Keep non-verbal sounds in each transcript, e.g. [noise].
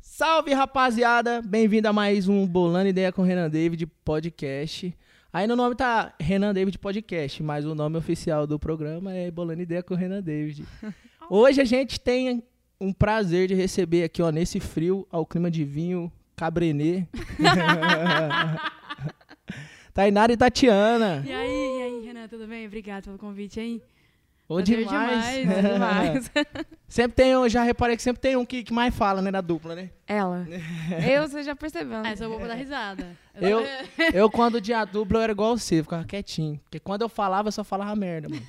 Salve, rapaziada! Bem-vindo a mais um Bolando Ideia com Renan David podcast. Aí no nome tá Renan David Podcast, mas o nome oficial do programa é Bolando Ideia com Renan [laughs] David. Hoje a gente tem um prazer de receber aqui, ó, nesse frio, ao clima de vinho, Cabrenê. [laughs] Tainara e Tatiana. E aí, e aí, Renan, tudo bem? Obrigado pelo convite, hein? Ô, Prazer demais. demais, demais. [laughs] sempre tem um, já reparei que sempre tem um que, que mais fala, né, na dupla, né? [laughs] Ela. Eu, você já percebeu. né? Essa eu É, vou dar risada. Eu, [laughs] eu quando tinha dupla, eu era igual você, eu ficava quietinho. Porque quando eu falava, eu só falava merda, mano.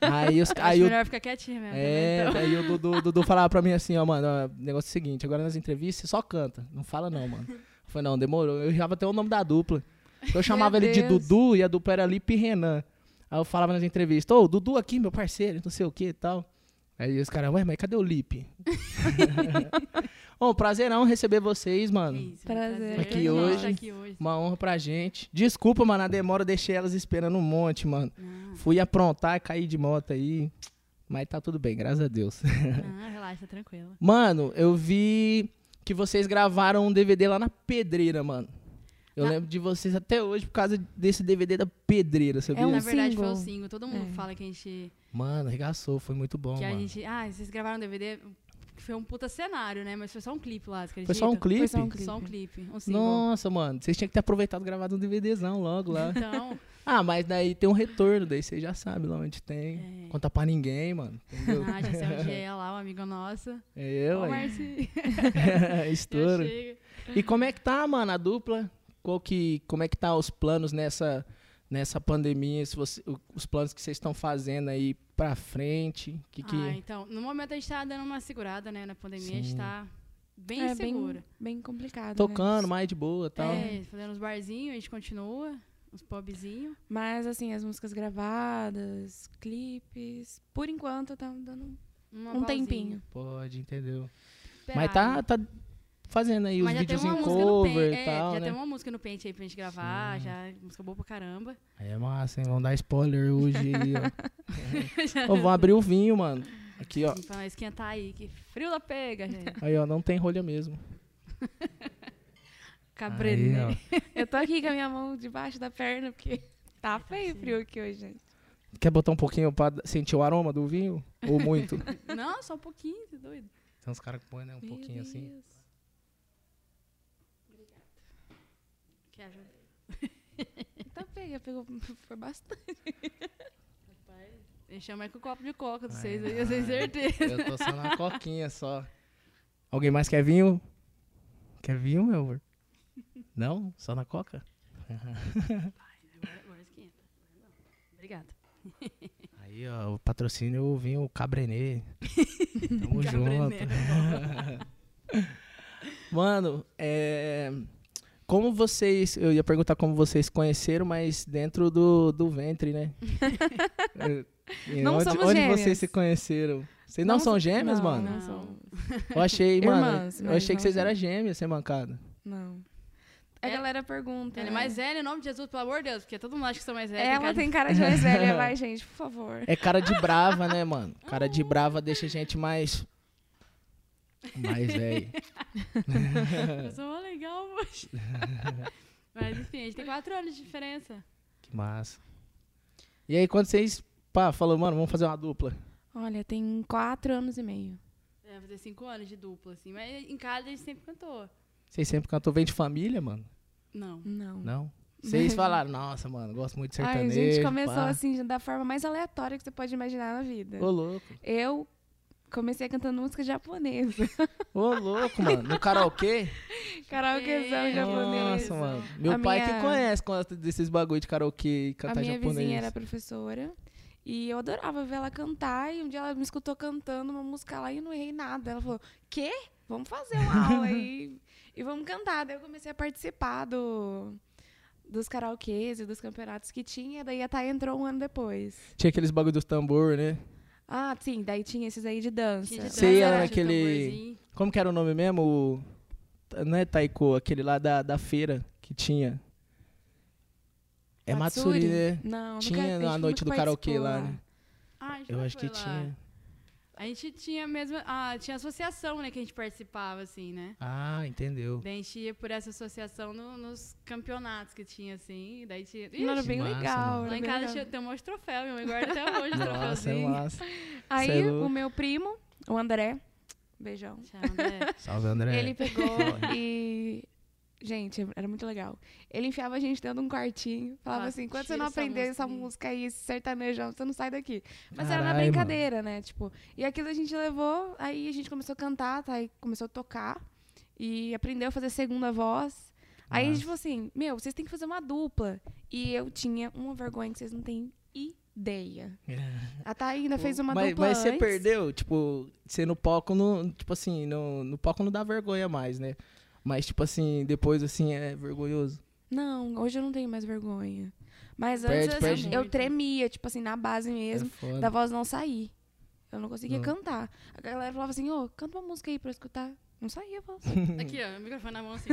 Aí, [laughs] os, Acho aí o é melhor ficar quietinha mesmo. né? É, Então, daí o Dudu, Dudu falava pra mim assim, ó, mano, ó, negócio é o seguinte, agora nas entrevistas você só canta, não fala não, mano. Eu falei, não, demorou. Eu errava até o nome da dupla. Eu chamava ele de Deus. Dudu e a dupla era Lipe e Renan. Aí eu falava nas entrevistas, ô, Dudu aqui, meu parceiro, não sei o que e tal. Aí os caras, ué, mas cadê o Lipe? [laughs] Bom, prazerão receber vocês, é mano. isso, Prazer. prazer. tá- Aqui Prazer hoje. estar [laughs] aqui hoje. Uma honra pra gente. Desculpa, mano, a demora, eu deixei elas esperando um monte, mano. Ah. Fui aprontar e caí de moto aí. Mas tá tudo bem, graças a Deus. [laughs] Ah, relaxa, tranquila. Mano, eu vi que vocês gravaram um DVD lá na Pedreira, mano. Eu Na- lembro de vocês até hoje por causa desse DVD da Pedreira, sabia? É um Na verdade, foi o single. single. Todo mundo É. fala que a gente... Mano, arregaçou, foi muito bom, que a mano. gente... Ah, vocês gravaram DVD... Foi um puta cenário, né? Mas foi só um clipe lá, você acredita? Foi só um clipe? Foi só um clipe. Só um clipe, um single. Nossa, mano, vocês tinham que ter aproveitado e gravado um DVDzão logo [laughs] lá. Então, ah, mas daí tem um retorno, daí vocês já sabem lá onde tem. É. Conta pra ninguém, mano. Entendeu? a gente é um dia lá, um amigo nosso. É Ô, eu, [laughs] aí. Marci, já Estouro. chega. E como é que tá, mano, a dupla? Qual que, como é que tá os planos nessa, nessa pandemia? Se você, o- os planos que vocês estão fazendo aí pra frente? Que que... Ah, então, no momento a gente tá dando uma segurada, né, na pandemia, a gente Sim. tá bem é segura. bem, bem complicado. né? Tocando mais de boa e tal. É, fazendo uns barzinhos, a gente continua, uns pubzinhos. Mas, assim, as músicas gravadas, clipes. Por enquanto, tá dando um Um tempinho. Pode, entendeu? Mas tá, tá fazendo aí Mas os já tem vídeos uma em música no cover pente, e tal, já né? tem uma música no pente aí pra gente gravar, Sim. já música boa pra caramba. É massa, hein? Vão dar spoiler hoje aí, ó. [laughs] [laughs] Ô, vão abrir o vinho, mano. Aqui, ó. Assim, Pra nós esquentar aí, que frio da pega, [laughs] gente. Aí, ó, não tem rolha mesmo. Cabreiro. Aí, ó. Eu tô aqui com a minha mão debaixo da perna, porque tá feio assim. o frio aqui hoje, gente. Quer botar um pouquinho pra sentir o aroma do vinho? Ou muito? [laughs] Não, só um pouquinho, tá doido. Tem uns caras que põem, né? Um pouquinho assim. Quer ajuda? Tá feio, pegou, [laughs] foi bastante. A gente chama aí com o copo de coca de Ai, vocês aí, eu tenho ai. certeza. Eu tô só [laughs] na coquinha só. Alguém mais quer vinho? Quer vinho, meu amor? Não? Só na coca? Agora, É, agora esquenta. Obrigada. Aí, ó, o patrocínio o vinho [laughs] Cabrenê. Tamo junto. Cabrené. [laughs] Mano, é. Como vocês. Eu ia perguntar como vocês conheceram, mas dentro do, do ventre, [laughs] né? É, Não onde, somos onde gêmeas. vocês se conheceram? Vocês não, Não são so- gêmeas, não, mano? Não, Não. são- Eu [laughs] achei, mano. Irmãs, eu mas achei que não vocês são. eram gêmeas, sem mancada. não. A É- galera pergunta. Ela é né? mais velha, em nome de Jesus, pelo amor de Deus, porque todo mundo acha que sou mais velha. Ela cara É, de- tem cara [laughs] de mais velha, vai, gente, por favor. É cara de brava, né, mano? Cara de brava deixa a gente mais. Mais velho. É. Eu sou mó legal [laughs] hoje. Mas enfim, a gente tem quatro anos de diferença. Que massa. E aí, quando vocês. Pá, falou, mano, vamos fazer uma dupla. Olha, tem quatro anos e meio. É, vai fazer cinco anos de dupla, assim. Mas em casa a gente sempre cantou. Vocês sempre cantou Vem de Família, mano? Não. Não. Não? [laughs] Vocês falaram, nossa, mano, gosto muito de Ai, a sertanejo. gente começou pá. assim, da forma mais aleatória que você pode imaginar na vida. Ô, louco. Eu comecei cantando música japonesa. [laughs] Ô, louco, mano. No karaokê? Karaokezão É. [laughs] japonês. Nossa, mano. Meu A pai que minha- conhece conta desses bagulho de karaokê e A cantar minha japonês. vizinha era professora. E eu adorava ver ela cantar. E um dia ela me escutou cantando uma música lá e eu não errei nada. Ela falou: Quê? Vamos fazer [laughs] uma aula aí. E vamos cantar. Daí eu comecei a participar do, dos karaokês e dos campeonatos que tinha. Daí a Thay entrou um ano depois. Tinha aqueles bagulho dos tambor, né? Ah, sim. Daí tinha esses aí de dança. Tinha de Sei, dança, né? ela tinha naquele- tamborzinho. Como que era o nome mesmo? O... Não é Taiko, aquele lá da, da feira que tinha. É Matsuri, né? Não, Tinha nunca, a gente na noite do nunca karaokê participou lá, né? Ah, a gente Eu não acho que foi lá. tinha. A gente tinha mesmo. Ah, tinha associação, né, que a gente participava, assim, né? Ah, [laughs] entendeu. Daí a gente ia por essa associação no- nos campeonatos que tinha, assim. Daí tinha. Não, era Ixi, bem massa, legal. mano. lá era em bem casa legal. tinha- tem um monte de troféu, minha mãe guarda até hoje o Nossa, é troféuzinho. massa. Cê é Aí louco. o meu primo, o André, beijão. Tchau, né? André. [laughs] Salve, André. Ele pegou e. Gente, era muito legal. Ele enfiava a gente dentro de um quartinho, falava Fala, assim: enquanto você tira não essa aprender essa música aí." música aí, esse sertanejão, você não sai daqui. Mas era na Carai, brincadeira, né? Tipo, e aquilo a gente levou, aí a gente começou a cantar, tá? aí começou a tocar e aprendeu a fazer segunda voz. Aí, Massa. tipo assim, meu, vocês têm que fazer uma dupla. E eu tinha uma vergonha que vocês não têm [laughs] ideia. A Thay ainda fez uma mas, dupla. mas você antes. perdeu, tipo, você no palco não. Tipo assim, no, no palco não dá vergonha mais, né? Mas, tipo assim, depois assim, é vergonhoso. Não, hoje eu não tenho mais vergonha. Mas Perde, antes assim, perde. eu tremia, tipo assim, na base mesmo, é foda. da voz não sair. Eu não conseguia Não. cantar. A galera falava assim, ô, canta uma música aí pra eu escutar. Não saía a voz. Aqui, ó, o microfone na mão assim.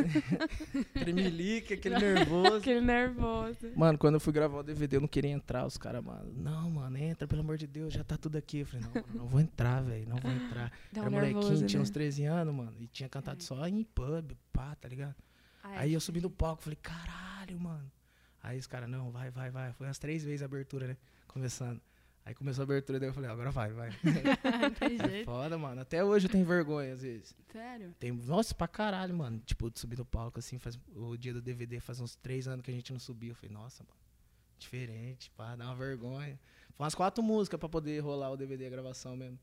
Tremelique, [laughs] aquele nervoso. Aquele nervoso. Mano, quando eu fui gravar o DVD, eu não queria entrar. Os caras, mano, não, mano, entra, pelo amor de Deus, já tá tudo aqui. Eu falei, não, mano, não vou entrar, velho, não vou [gasps] entrar. Dá um Era É molequinho, nervoso, tinha né? uns 13 anos, mano, e tinha cantado só em pub, pá, tá ligado? Ai, Aí eu subi no palco, falei, caralho, mano. Aí os caras, não, vai, vai, vai. Foi umas três vezes a abertura, né? Começando. Aí começou a abertura, daí eu falei, "Ah, agora vai, [laughs] vai. [laughs] não tem É jeito. foda, mano. Até hoje eu tenho vergonha, às vezes. Sério? Tem, nossa, pra caralho, mano. Tipo, de subir no palco, assim, faz, o dia do DVD faz uns três anos que a gente não subiu. Eu falei, nossa, mano, diferente, pá, dá uma vergonha. Foi umas quatro músicas pra poder rolar o DVD, a gravação mesmo.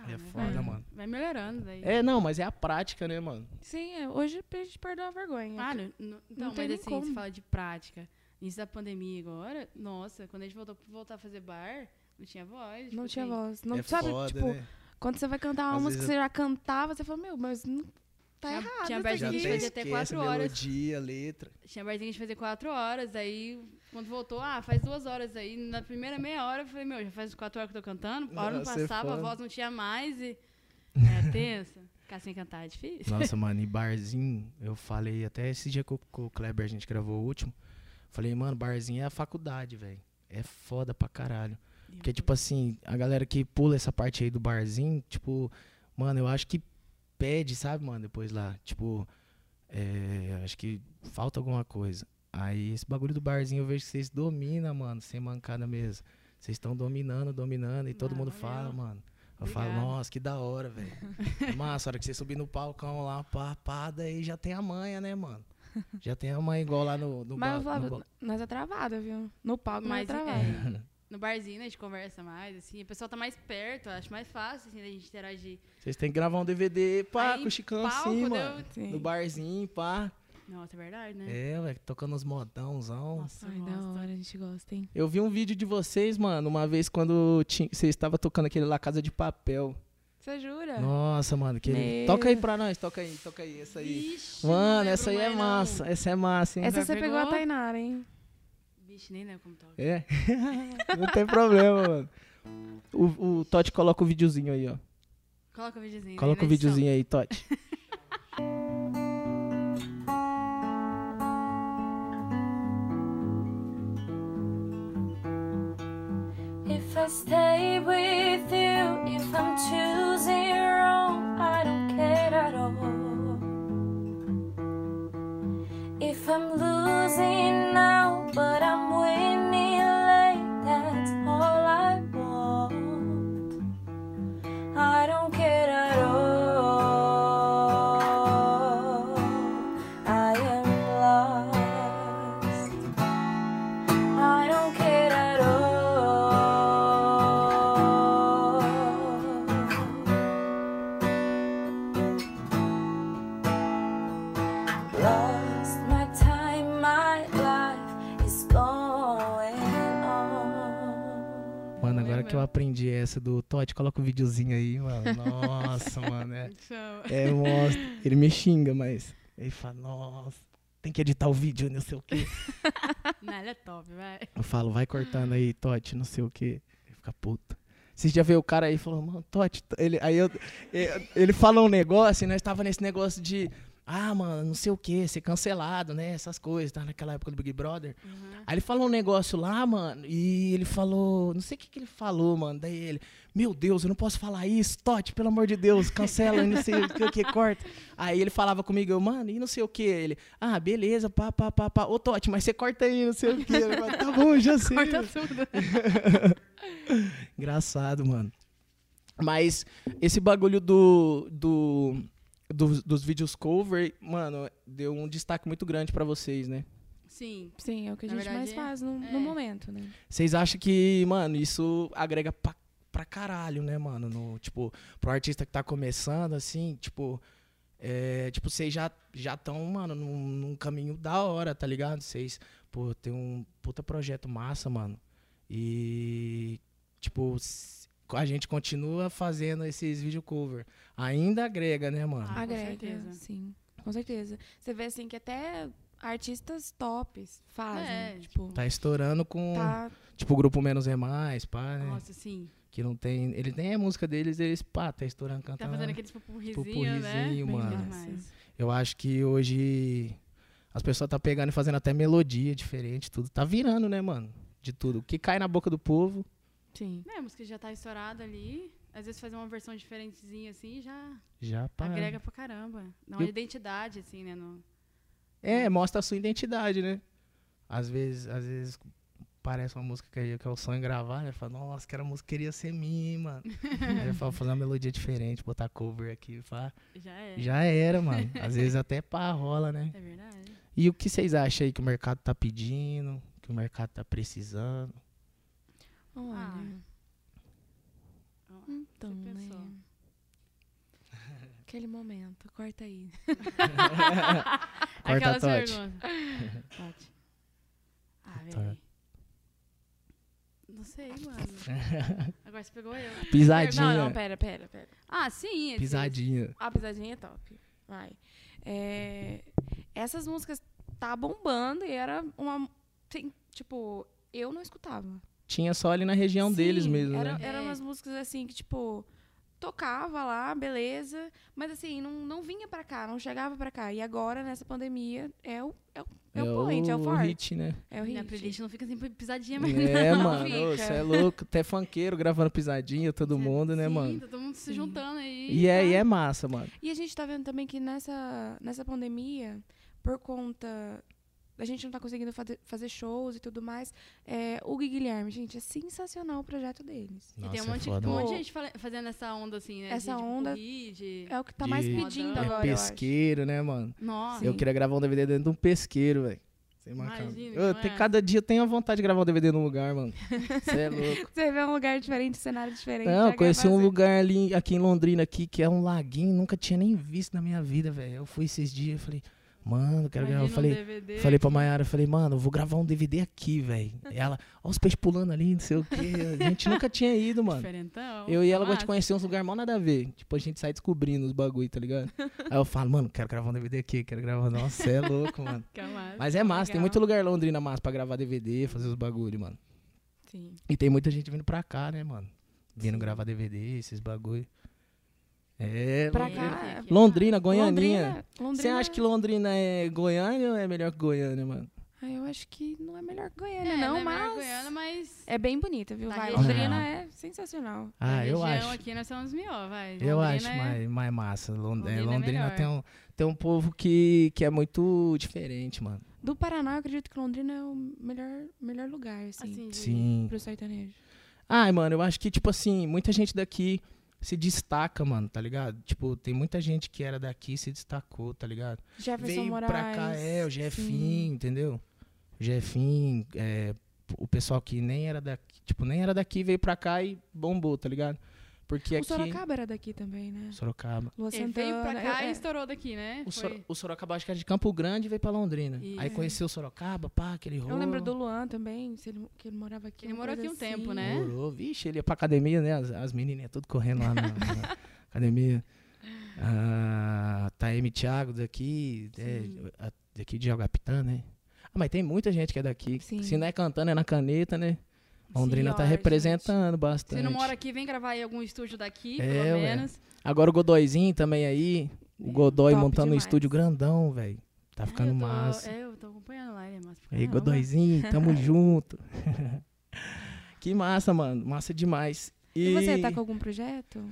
É Ah, mas foda, vai, mano. Vai melhorando daí. É, não, mas é a prática, né, mano? Sim, é, hoje a gente perdeu a vergonha. Claro, não, então, mas tem nem assim, você como. fala de prática. Início da pandemia agora, nossa, quando a gente voltou voltar a fazer bar, não tinha voz. não tipo tinha assim, voz. Não é sabe, foda, tipo, né? quando você vai cantar uma Às música que vezes você já cantava, você fala, meu, mas não tá Tinha- errado. tinha isso aberto Já a até gente aqui." fazia até esquece quatro horas. melodia, letra. Tinha barzinho que a gente fazia quatro horas, aí quando voltou, ah, faz duas horas aí. Na primeira meia hora eu falei, meu, já faz quatro horas que eu tô cantando, a hora não Nossa, é passava, a foda. voz não tinha [laughs] mais e. Era tensa. Ficar sem cantar é difícil. Nossa, mano, e barzinho, eu falei até esse dia que o, que o Kleber a gente gravou o último. Falei, mano, barzinho é a faculdade, velho. É foda pra caralho. Porque, tipo assim, a galera que pula essa parte aí do barzinho, tipo, mano, eu acho que pede, sabe, mano, depois lá. Tipo, é, eu acho que falta alguma coisa. Aí esse bagulho do barzinho eu vejo que vocês dominam, mano, sem mancada mesmo. Vocês estão dominando, dominando, e todo mundo fala, Ah, Valeu. mano. Eu falo, Obrigada. nossa, que da hora, velho. É [laughs] Massa, a hora que você subir no palcão lá, pá, pá, daí já tem a manha, né, mano? Já tem a manha igual lá no, no Mas eu ba- no falava, ba- nós é travada, viu? No palco, nós é Mas travada. é, no barzinho né, a gente conversa mais, assim, o pessoal tá mais perto, eu acho mais fácil assim, da gente interagir. [laughs] Vocês têm que gravar um DVD, pá, Aí, com o Chicão palco, né, assim, deu- mano. Sim. No barzinho, pá. Nossa, é verdade, né? É, velho, tocando os modãozão. Nossa, Ai, da nossa. hora, a gente gosta, hein? Eu vi um vídeo de vocês, mano, uma vez quando ti- vocês estavam tocando aquele lá Casa de Papel. Você jura? É. Nossa, mano, que Meu. Toca aí pra nós, toca aí, toca aí, essa aí. Vixe, não Mano, lembro essa aí é mais, não. massa, essa é massa, hein? Essa Já você pegou a pegou? Tainara, hein? Vixe, nem lembro como toca. É? [laughs] Não tem problema, mano. O, o Totti coloca o videozinho aí, ó. Coloca o videozinho. né, Coloca na o edição. videozinho aí, Totti. If I stay with you, if I'm choosing wrong, I don't care at all. If I'm losing now, but I'm winning late, that's all I want. I don't care at all. I am lost. I don't care at all. Lost my time, my life is going on. Mano, agora que eu aprendi essa do Totti, coloca o videozinho aí, mano. Nossa, [laughs] mano, é. Então, É, mostra. Ele me xinga, mas. Ele fala, nossa, tem que editar o vídeo, não sei o quê. não, ele é top, vai. Eu falo, vai cortando aí, Totti, não sei o quê. Ele fica puto. Vocês já veio o cara aí e falou, mano, Totti. Ele, aí eu, eu- ele falou um negócio e nós tava nesse negócio de. Ah, mano, não sei o quê, ser cancelado, né? Essas coisas, tá naquela época do Big Brother. Aí ele falou um negócio lá, mano, e ele falou. Não sei o que, que ele falou, mano. Daí ele, meu Deus, eu não posso falar isso, Totti, pelo amor de Deus, cancela, não sei o que, que corta. Aí ele falava comigo, eu, mano, e não sei o que. Ele, ah, beleza, pá, pá, pá, pá. Ô, Totti, mas você corta aí, não sei o que. Tá bom, já sei. Corta tudo. [laughs] Engraçado, mano. Mas esse bagulho do, do, dos- dos vídeos cover, mano, deu um destaque muito grande pra vocês, né? Sim. Sim, é o que a Na gente mais verdade, faz no, é. no momento, né? Vocês acham que, mano, isso agrega pra, pra caralho, né, mano? No, tipo, pro artista que tá começando, assim, tipo. É, tipo, vocês já já estão, mano, num, num caminho da hora, tá ligado? Vocês, pô, tem um puta projeto massa, mano. E, tipo, s- a gente continua fazendo esses vídeo cover. Ainda agrega, né, mano? Ah, com Agrega, certeza. sim, com certeza. Você vê assim que até artistas tops fazem, É, tipo, Tá estourando com, tá, tipo, o grupo Menos é Mais, pá, né? Nossa, sim. Que não tem... Ele tem a música deles, eles, pá, tá estourando Tá cantando. fazendo aqueles popurrizinho, né? Popurrizinho, Bem mano. demais. Eu acho que hoje as pessoas tá pegando e fazendo até melodia diferente, tudo. Tá virando, né, mano? De tudo. O que cai na boca do povo. sim. É, a música já tá estourada ali. Às vezes fazer uma versão diferentezinha assim já Já pá. agrega pra caramba. Dá uma Eu- identidade, assim, né? No... É, mostra a sua identidade, né? Às vezes, às vezes parece uma música que, é- que é o sonho gravar, né? Fala, nossa, que era música queria ser minha, hein, [laughs] mano. Aí eu falo, fazer uma melodia diferente, botar cover aqui, pá. Já é. Já era, mano. Às vezes até pá rola, né? É verdade. E o que vocês acham aí que o mercado tá pedindo, que o mercado tá precisando? Olha, Ó, então, você pensou. né? Aquele momento, corta aí. Corta, Aquelas Totti. perguntas. [laughs] Totti. Ah, velho. Não sei, mano. [laughs] Agora você pegou eu. Pisadinha. Não, não, pera, pera, pera. Ah, sim. esse- Pisadinha. A pisadinha é top. Vai. É, essas músicas tá bombando e era uma. tem, tipo, eu não escutava. Tinha só ali na região Sim, deles mesmo, Era, né? Eram É. umas músicas assim que, tipo, tocava lá, beleza. Mas assim, não, não vinha pra cá, não chegava pra cá. E agora, nessa pandemia, é o, é o, é o point, é o forte. hit, né? É o hit. Minha playlist não fica assim pisadinha, mas É, não. mano, fica. você é louco. Até funkeiro gravando pisadinha, todo mundo, né, Sim, mano? tá todo mundo se Sim. juntando aí. E é, tá? e é massa, mano. E a gente tá vendo também que nessa, nessa pandemia, por conta da gente não tá conseguindo faze- fazer shows e tudo mais, é, o Gui Guilherme, gente, é sensacional o projeto deles. E é tem um monte, um monte de gente fala- fazendo essa onda assim, né? Essa de, onda- De, de... É o que tá De- mais pedindo É agora, eu acho. pesqueiro, né, mano? Nossa. Eu queria gravar um DVD dentro de um pesqueiro, velho. Sem mancada. Imagina, Eu não tenho- é? Cada dia eu tenho a vontade de gravar um DVD num lugar, [laughs] mano. Você é louco. Você vê um lugar diferente, cenário diferente. Não, já eu conheci quer um fazer. lugar ali, aqui em Londrina, aqui, que é um laguinho, nunca tinha nem visto na minha vida, velho. Eu fui esses dias e falei, mano, quero gravar. Imagina Eu um falei, DVD. Falei pra Mayara, eu falei, mano, eu vou gravar um DVD aqui, velho. Ela, ó os peixes pulando ali, não sei o quê. A gente nunca tinha ido, mano. Diferentão. Eu e ela Massa. gosta de conhecer uns lugares mal nada a ver. Tipo, a gente sai descobrindo os bagulho, tá ligado? Aí eu falo, mano, quero gravar um DVD aqui, quero gravar. Nossa, cê é louco, [laughs] mano. Que é massa. Mas é massa, tem Legal. muito lugar em Londrina massa pra gravar DVD, fazer os bagulho, mano. Sim. E tem muita gente vindo pra cá, né, mano? Vindo gravar DVD, esses bagulho. É, Pra Londrina. cá. Londrina, Goianinha. Londrina. Londrina. Você acha que Londrina é Goiânia ou é melhor que Goiânia, mano? Ah, eu acho que não é melhor que É, Goiânia, não, né, mas. Mara Goiana, mas. É bem bonita, viu? Da Vai. região. Londrina é sensacional. na Ah, eu região acho. aqui nós somos melhor, vai. Eu Londrina acho é- mais, mais massa. Lond- é, Londrina é Londrina melhor. tem, um, tem um povo que, que é muito diferente, mano. Do Paraná, eu acredito que Londrina é o melhor, melhor lugar, assim, Assim, de- Sim. pro sertanejo. Ai, mano, eu acho que, tipo assim, muita gente daqui se destaca, mano, tá ligado? Tipo, tem muita gente que era daqui e se destacou, tá ligado? Jefferson Veio Moraes. pra cá, é, o Jefim, sim. entendeu? O Jefim, é, o pessoal que nem era daqui, tipo, nem era daqui, veio pra cá e bombou, tá ligado? Porque O aqui... Sorocaba era daqui também, né? Sorocaba. Lua Ele Santana. veio pra cá é, e é. estourou daqui, né? O, Foi- Sor o Sorocaba, acho que era de Campo Grande e veio pra Londrina. Aí Isso. conheceu o Sorocaba, pá, aquele rolo. Eu lembro do Luan também, se ele, que ele morava aqui. Ele uma morou coisa aqui um tempo, assim. né? Morou. Vixe, ele ia pra academia, né? As, as menininhas tudo correndo lá na, na [laughs] academia. Ah, Taeme Thiago daqui, é, a- daqui de Algapitã, né? Ah, mas tem muita gente que é daqui. Sim. Se não é cantando, é na caneta, né? Londrina tá olha, representando bastante. Se não mora aqui, vem gravar em algum estúdio daqui, É, pelo ué. menos. Agora o Godoyzinho também aí. O Godoy É, top montando um demais. estúdio grandão, velho. Tá ficando eu tô, massa. É, eu tô acompanhando lá, ele é massa. pra Aí, caramba. Godoyzinho, [laughs] tamo junto. [laughs] que massa, mano. Massa demais. E você, tá com algum projeto?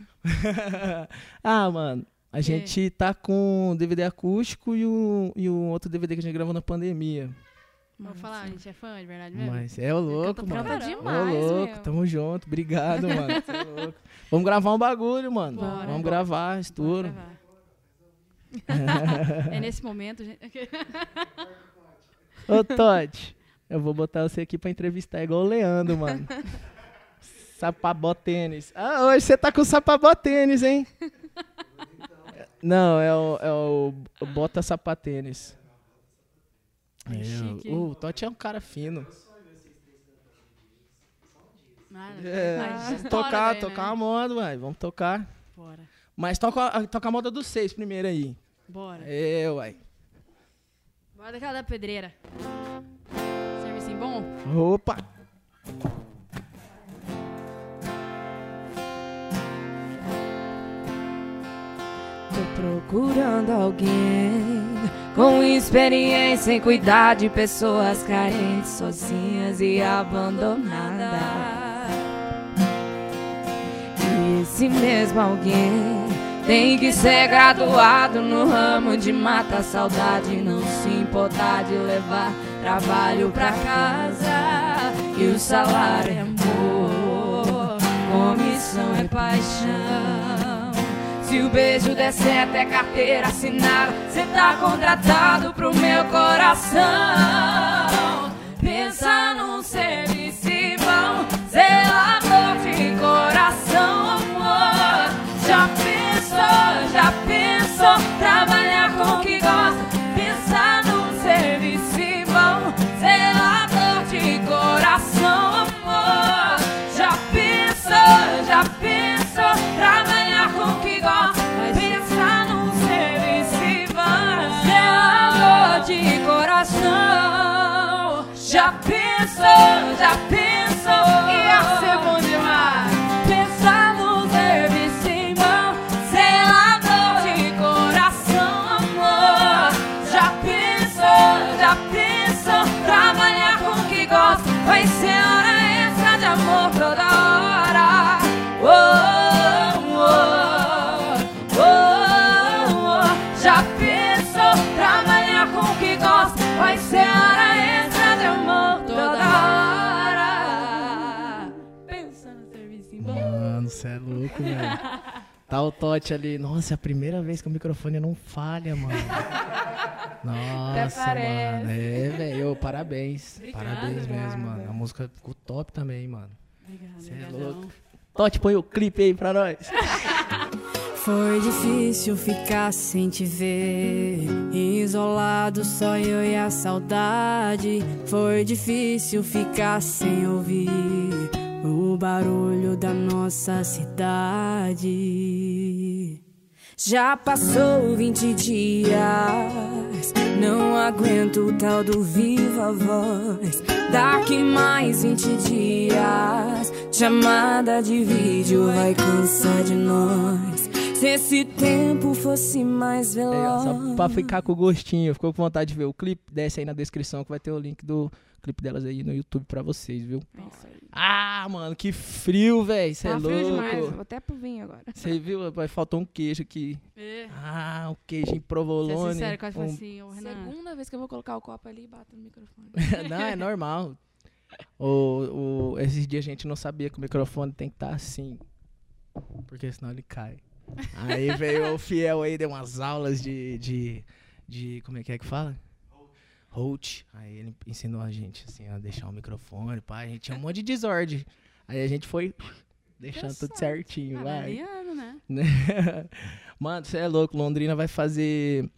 ah, mano, a É. Quê? gente tá com um DVD acústico e um, e um outro DVD que a gente gravou na pandemia. Vou Massa. falar, a gente é fã de verdade mesmo? Mas Então tá é o louco, pra mano. Canta caramba. Ô, demais, louco, meu. tamo junto. Obrigado, [laughs] mano. Cê é louco. Vamos gravar um bagulho, mano. Bora. Vamos gravar, Bora estouro. [laughs] gravar. é nesse momento, gente. Ô, Todd, eu vou botar você aqui pra entrevistar é igual o Leandro, [laughs] mano. Sapabotênis. Ah, hoje você tá com sapabotênis, hein? Não, é o, é o bota sapatênis. Ai, É, chique. o, o Totti é um cara fino. Mano, É, mas vamos estoura tocar, daí, né? tocar a moda, uai, vamos tocar. Bora. Mas toca, a- toca a moda dos seis primeiro aí. Bora. É, uai. Bora daquela da pedreira. Serviço bom? Opa! Tô procurando alguém com experiência em cuidar de pessoas carentes, sozinhas e abandonadas. é E esse mesmo alguém tem que ser graduado no ramo de matar a saudade, não se importar de levar trabalho pra casa. E o salário é amor, comissão é paixão. Se o beijo der certo é carteira assinada Cê tá contratado pro meu coração Pensa num serviço bom Zelador de coração, amor Já pensou, já pensou Trabalhar com o que gosta Pensa num serviço bom Zelador de coração, amor Já pensou, já pensou Trabalhar com o que gosta Pensa num serviço bom Zelador de coração Já pensou, já pensou Ia ser bom demais Pensa num serviço bom Zelador de coração, amor Já pensou, já pensou Trabalhar com o que gosta Vai ser hora extra de amor toda hora Oh, oh, oh, oh. Já pensou Trabalhar com o que gosta Vai ser hora extra de amor toda hora Pensa no serviço em bom Mano, você é louco, velho. Tá o Totti ali. Nossa, é a primeira vez que o microfone não falha, mano. Nossa, parece. mano. É, velho. Parabéns. parabéns mesmo, mano. A música ficou top também, mano. Obrigada. Você é obrigadão. louco. Totti, põe o clipe aí pra nós. Foi difícil ficar sem te ver, isolado só eu e a saudade. Foi difícil ficar sem ouvir o barulho da nossa cidade. Já passou 20 dias, não aguento o tal do viva voz. Daqui mais 20 dias, chamada de vídeo vai cansar de nós. Se esse tempo fosse mais Aí, É, ó, Ah. só pra veloz. ficar com o gostinho. Ficou com vontade de ver o clipe? Desce aí na descrição que vai ter o link do clipe delas aí no YouTube pra vocês, viu? Ah, mano, que frio, velho. Você é tá frio demais. louco. Vou até pro vinho agora. Você viu? Vai faltar um queijo aqui. É. Ah, o queijo em Ser provolone. sincero, quase falei Um- assim, ô Renan. Segunda vez que eu vou colocar o copo ali e bato no microfone. [laughs] não, é normal. O, o- esses dias a gente não sabia que o microfone tem que estar assim. Porque senão ele cai. Aí veio o Fiel aí, deu umas aulas de. de, de como é que é que fala? Hold. Aí ele ensinou a gente assim, a deixar o microfone, pá. A gente tinha um monte de desordem. Aí a gente foi deixando tudo certinho, Ah, vai. Mariano, né? né? [laughs] Mano, você é louco. Londrina vai fazer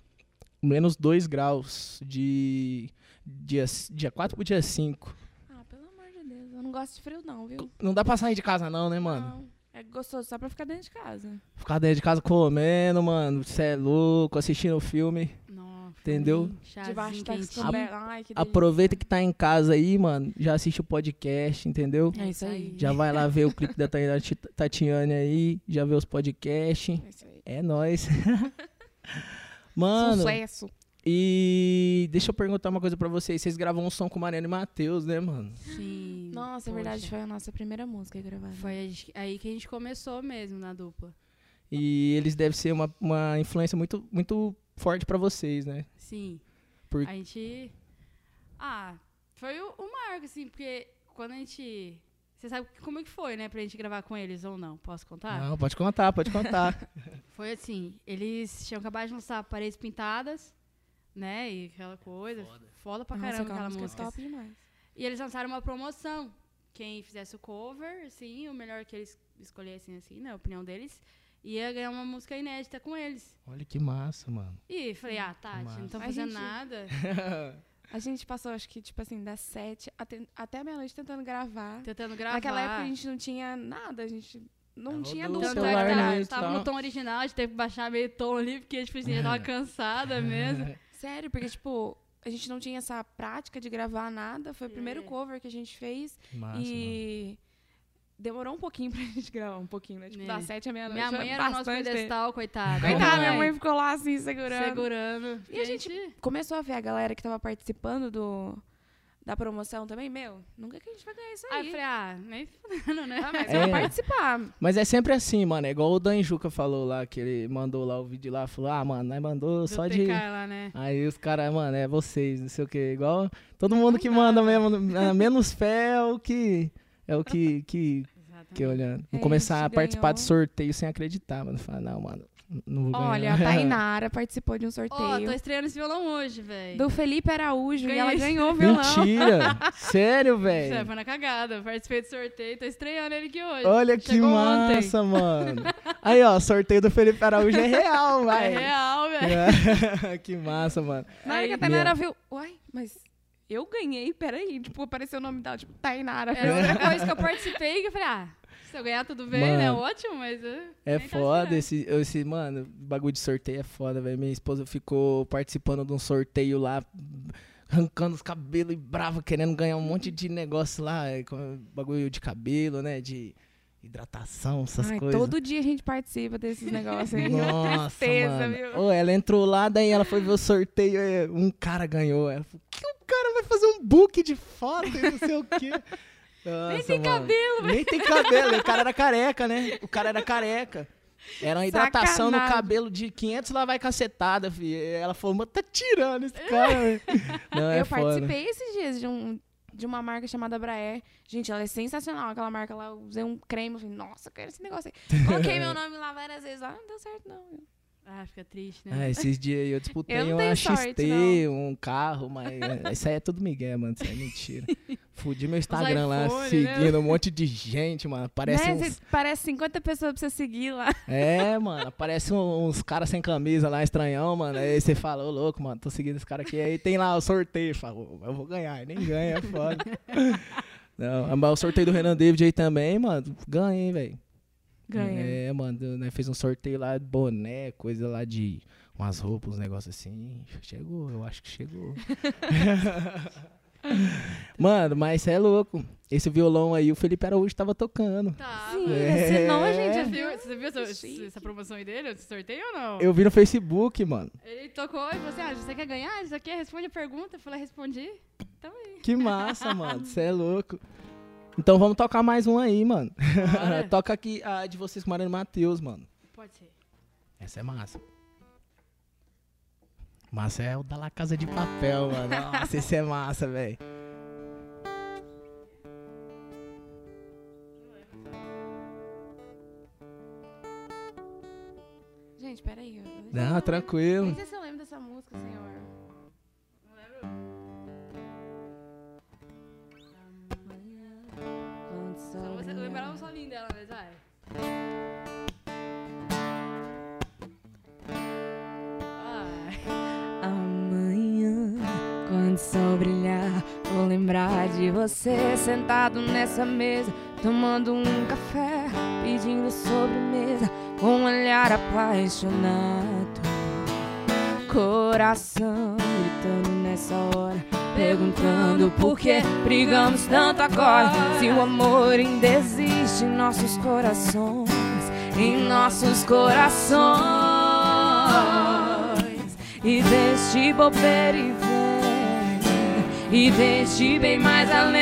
menos 2 graus de dia, dia 4 pro dia 5. Ah, pelo amor de Deus. Eu não gosto de frio, não, viu? Não dá pra sair de casa, não, né, mano? Não. É gostoso só pra ficar dentro de casa. Ficar dentro de casa comendo, mano. Você é louco, assistindo filme. Nossa. um Entendeu? Debaixo Chazinho da quentinho. É descoberta. Ai, que delícia. Aproveita que tá em casa aí, mano. Já assiste o podcast, entendeu? É isso aí. Já vai lá ver o clipe da Tati- Tatiane aí. Já vê os podcasts. É isso aí. É nóis. [laughs] Mano, Sucesso. e deixa eu perguntar uma coisa pra vocês. Vocês gravam um som com Mariana e Matheus, né, mano? Sim. Nossa, é verdade, foi a nossa primeira música gravada. Foi aí- aí que a gente começou mesmo na dupla. E eles devem ser uma, uma influência muito, muito forte pra vocês, né? Sim. Por- A gente. Ah, foi o, o marco, assim, porque quando a gente. Você sabe como é que foi, né? Pra gente gravar com eles ou não? Posso contar? Não, pode contar, pode contar. [laughs] Foi assim, eles tinham acabado de lançar paredes pintadas, né? E aquela coisa. Foda, pra Nossa, caramba aquela música. é top demais. E eles lançaram uma promoção. Quem fizesse o cover, assim, o melhor que eles escolhessem, assim, na opinião deles, ia ganhar uma música inédita com eles. Olha que massa, mano. E falei, ah, Tati, não estão A fazendo gente- nada. A gente passou, acho que, tipo assim, das sete até, até meia-noite tentando gravar. Tentando gravar. Naquela época a gente Então, não tinha nada, a gente não Tava tinha do luz. Tanto celular é que pra- tava, mesmo, tava tá? no tom original, a gente teve que baixar meio tom ali, porque tipo, assim, já É. tava cansada mesmo. Sério, porque, tipo, a gente não tinha essa prática de gravar nada. Foi o primeiro É. cover que a gente fez. Que massa, Ah, mano. e demorou um pouquinho pra [laughs] gente gravar, um pouquinho, né? Tipo, É. das sete à meia-noite. Minha foi mãe era o nosso bastante tempo. pedestal, coitada. Coitada, minha mãe ficou lá assim, segurando. segurando. E a Começou a ver a galera que tava participando do, da promoção também. Meu, nunca que a gente vai ganhar isso Aí eu aí. falei, ah, nem fudendo, né? Ah, [laughs] mas É. vamos participar. Mas é sempre assim, mano. É igual o Danjuca falou lá, que ele mandou lá o vídeo lá, falou, ah, mano, nós mandou só Do de. TK lá, né? Aí os caras, mano, é vocês, não sei o quê. Igual todo mundo que manda mesmo, ah, menos fé é o que. É o que. que, que olhando. Vou É, começar a a gente participar ganhou. de sorteio sem acreditar, mano. Falar, não, mano, não vou ganhar. Olha, tá a [laughs] Tainara participou de um Ó, tô sorteio estreando esse violão hoje, velho. do Felipe Araújo e Ganhei ela esse- ganhou o violão. Mentira! Sério, Isso [laughs] é, velho? foi na cagada. Participei do sorteio, tô estreando ele aqui hoje. Olha que Chegou ontem. massa, mano. Aí, ó, sorteio do Felipe Araújo é real, É vai. real, [laughs] velho. É. [laughs] que massa, mano. Na hora que a Aí- Tainara viu, uai, mas eu ganhei, peraí. Tipo, apareceu o nome dela, tipo, Tainara. Era a única É coisa que eu participei que eu falei, ah, se eu ganhar tudo bem, né? Mano. Ótimo, mas. eh, É nem tava foda esperando. esse, esse, mano, bagulho de sorteio é foda, velho. Minha esposa ficou participando de um sorteio lá, arrancando os cabelos e brava, querendo ganhar um monte de negócio lá, é, com- bagulho de cabelo, né, de hidratação, [laughs] essas Ai, coisas. todo dia a gente participa desses [laughs] negócios [laughs] aí. Nossa, assim, tristeza, mano. viu? Ô, ela entrou lá, daí ela foi ver o sorteio, é, um cara ganhou. Ela falou, que o cara vai fazer um book de foto e não sei o [laughs] quê. Nem tem cabelo. Nem tem cabelo. E o cara era careca, né? O cara era careca. Era uma hidratação no Sacanagem. cabelo de 500 lá vai cacetada, fi. Ela falou, mas tá tirando esse cara, [laughs] velho. Não, é eu foda. participei esses dias de, um, de uma marca chamada Braer. Gente, ela é sensacional, aquela marca lá. Eu usei um creme, eu falei, nossa, eu quero esse negócio [laughs] aí. Coloquei meu nome lá várias vezes, lá não deu certo, não. Ah, fica triste, Ah, né? esses dias aí eu disputei É. Eu não uma tenho sorte, XT, não. um carro, mas é, isso aí é tudo migué, mano. Isso aí é [laughs] mentira. Fudi meu Instagram lá, iPhone, né? seguindo um monte de gente, mano. Parece um Né? uns. Cê- Parece 50 pessoas pra você seguir lá. É, mano, parece um- uns caras sem camisa lá, estranhão, mano. Aí você fala, ô louco, mano, tô seguindo esse cara aqui. Aí tem lá o sorteio, fala, "Ô, eu vou ganhar, e nem ganha, é [laughs] foda. Não, mas o sorteio do Renan David aí também, mano, ganha, hein, velho. Ganha. É, mano, né, fez um sorteio lá de boné, coisa lá de umas roupas, uns negócios assim. Chegou, eu acho que chegou. mano, mas cê é louco. Esse violão aí, o Felipe Araújo tava tocando. Tá. Sim, É. senão a Você gente viu, viu. você viu essa, Chique. essa promoção aí dele, esse sorteio ou não? Eu vi no Facebook, mano. Ele tocou e falou assim: ah, você quer ganhar? Isso aqui responde a pergunta. Eu falei: respondi. Então aí. Que massa, mano. Você é louco. Então vamos tocar mais um aí, mano. Bora. [laughs] Toca aqui a de vocês com Mariano Matheus, mano. Pode ser. Essa é massa. Massa é o da La Casa de Papel, mano. Nossa, esse é massa, velho. Gente, peraí. eu- Não, Nem tranquilo. sei se eu lembro dessa música, senhor. Só você lembrar o solinho dela, mas vai. Ai. Amanhã, quando o sol brilhar, vou lembrar de você sentado nessa mesa, tomando um café, pedindo sobremesa, com um olhar apaixonado. Coração gritando nessa hora, perguntando por que brigamos tanto agora. Se o amor ainda existe em nossos corações, em nossos corações. E deste bobeira e vem E deste bem mais além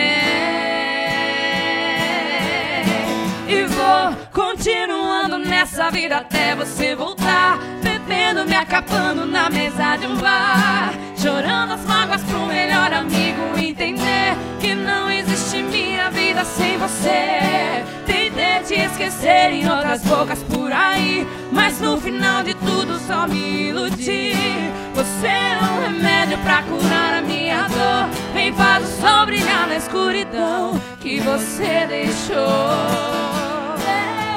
E vou continuando nessa vida até você voltar Bebendo, me acabando na mesa de um bar Chorando as mágoas pro melhor amigo entender Que não existe minha vida sem você Tentei te esquecer em outras bocas por aí Mas no final de tudo só me iludi Você é um remédio pra curar a minha dor Vem faz o sol brilhar na escuridão Que você deixou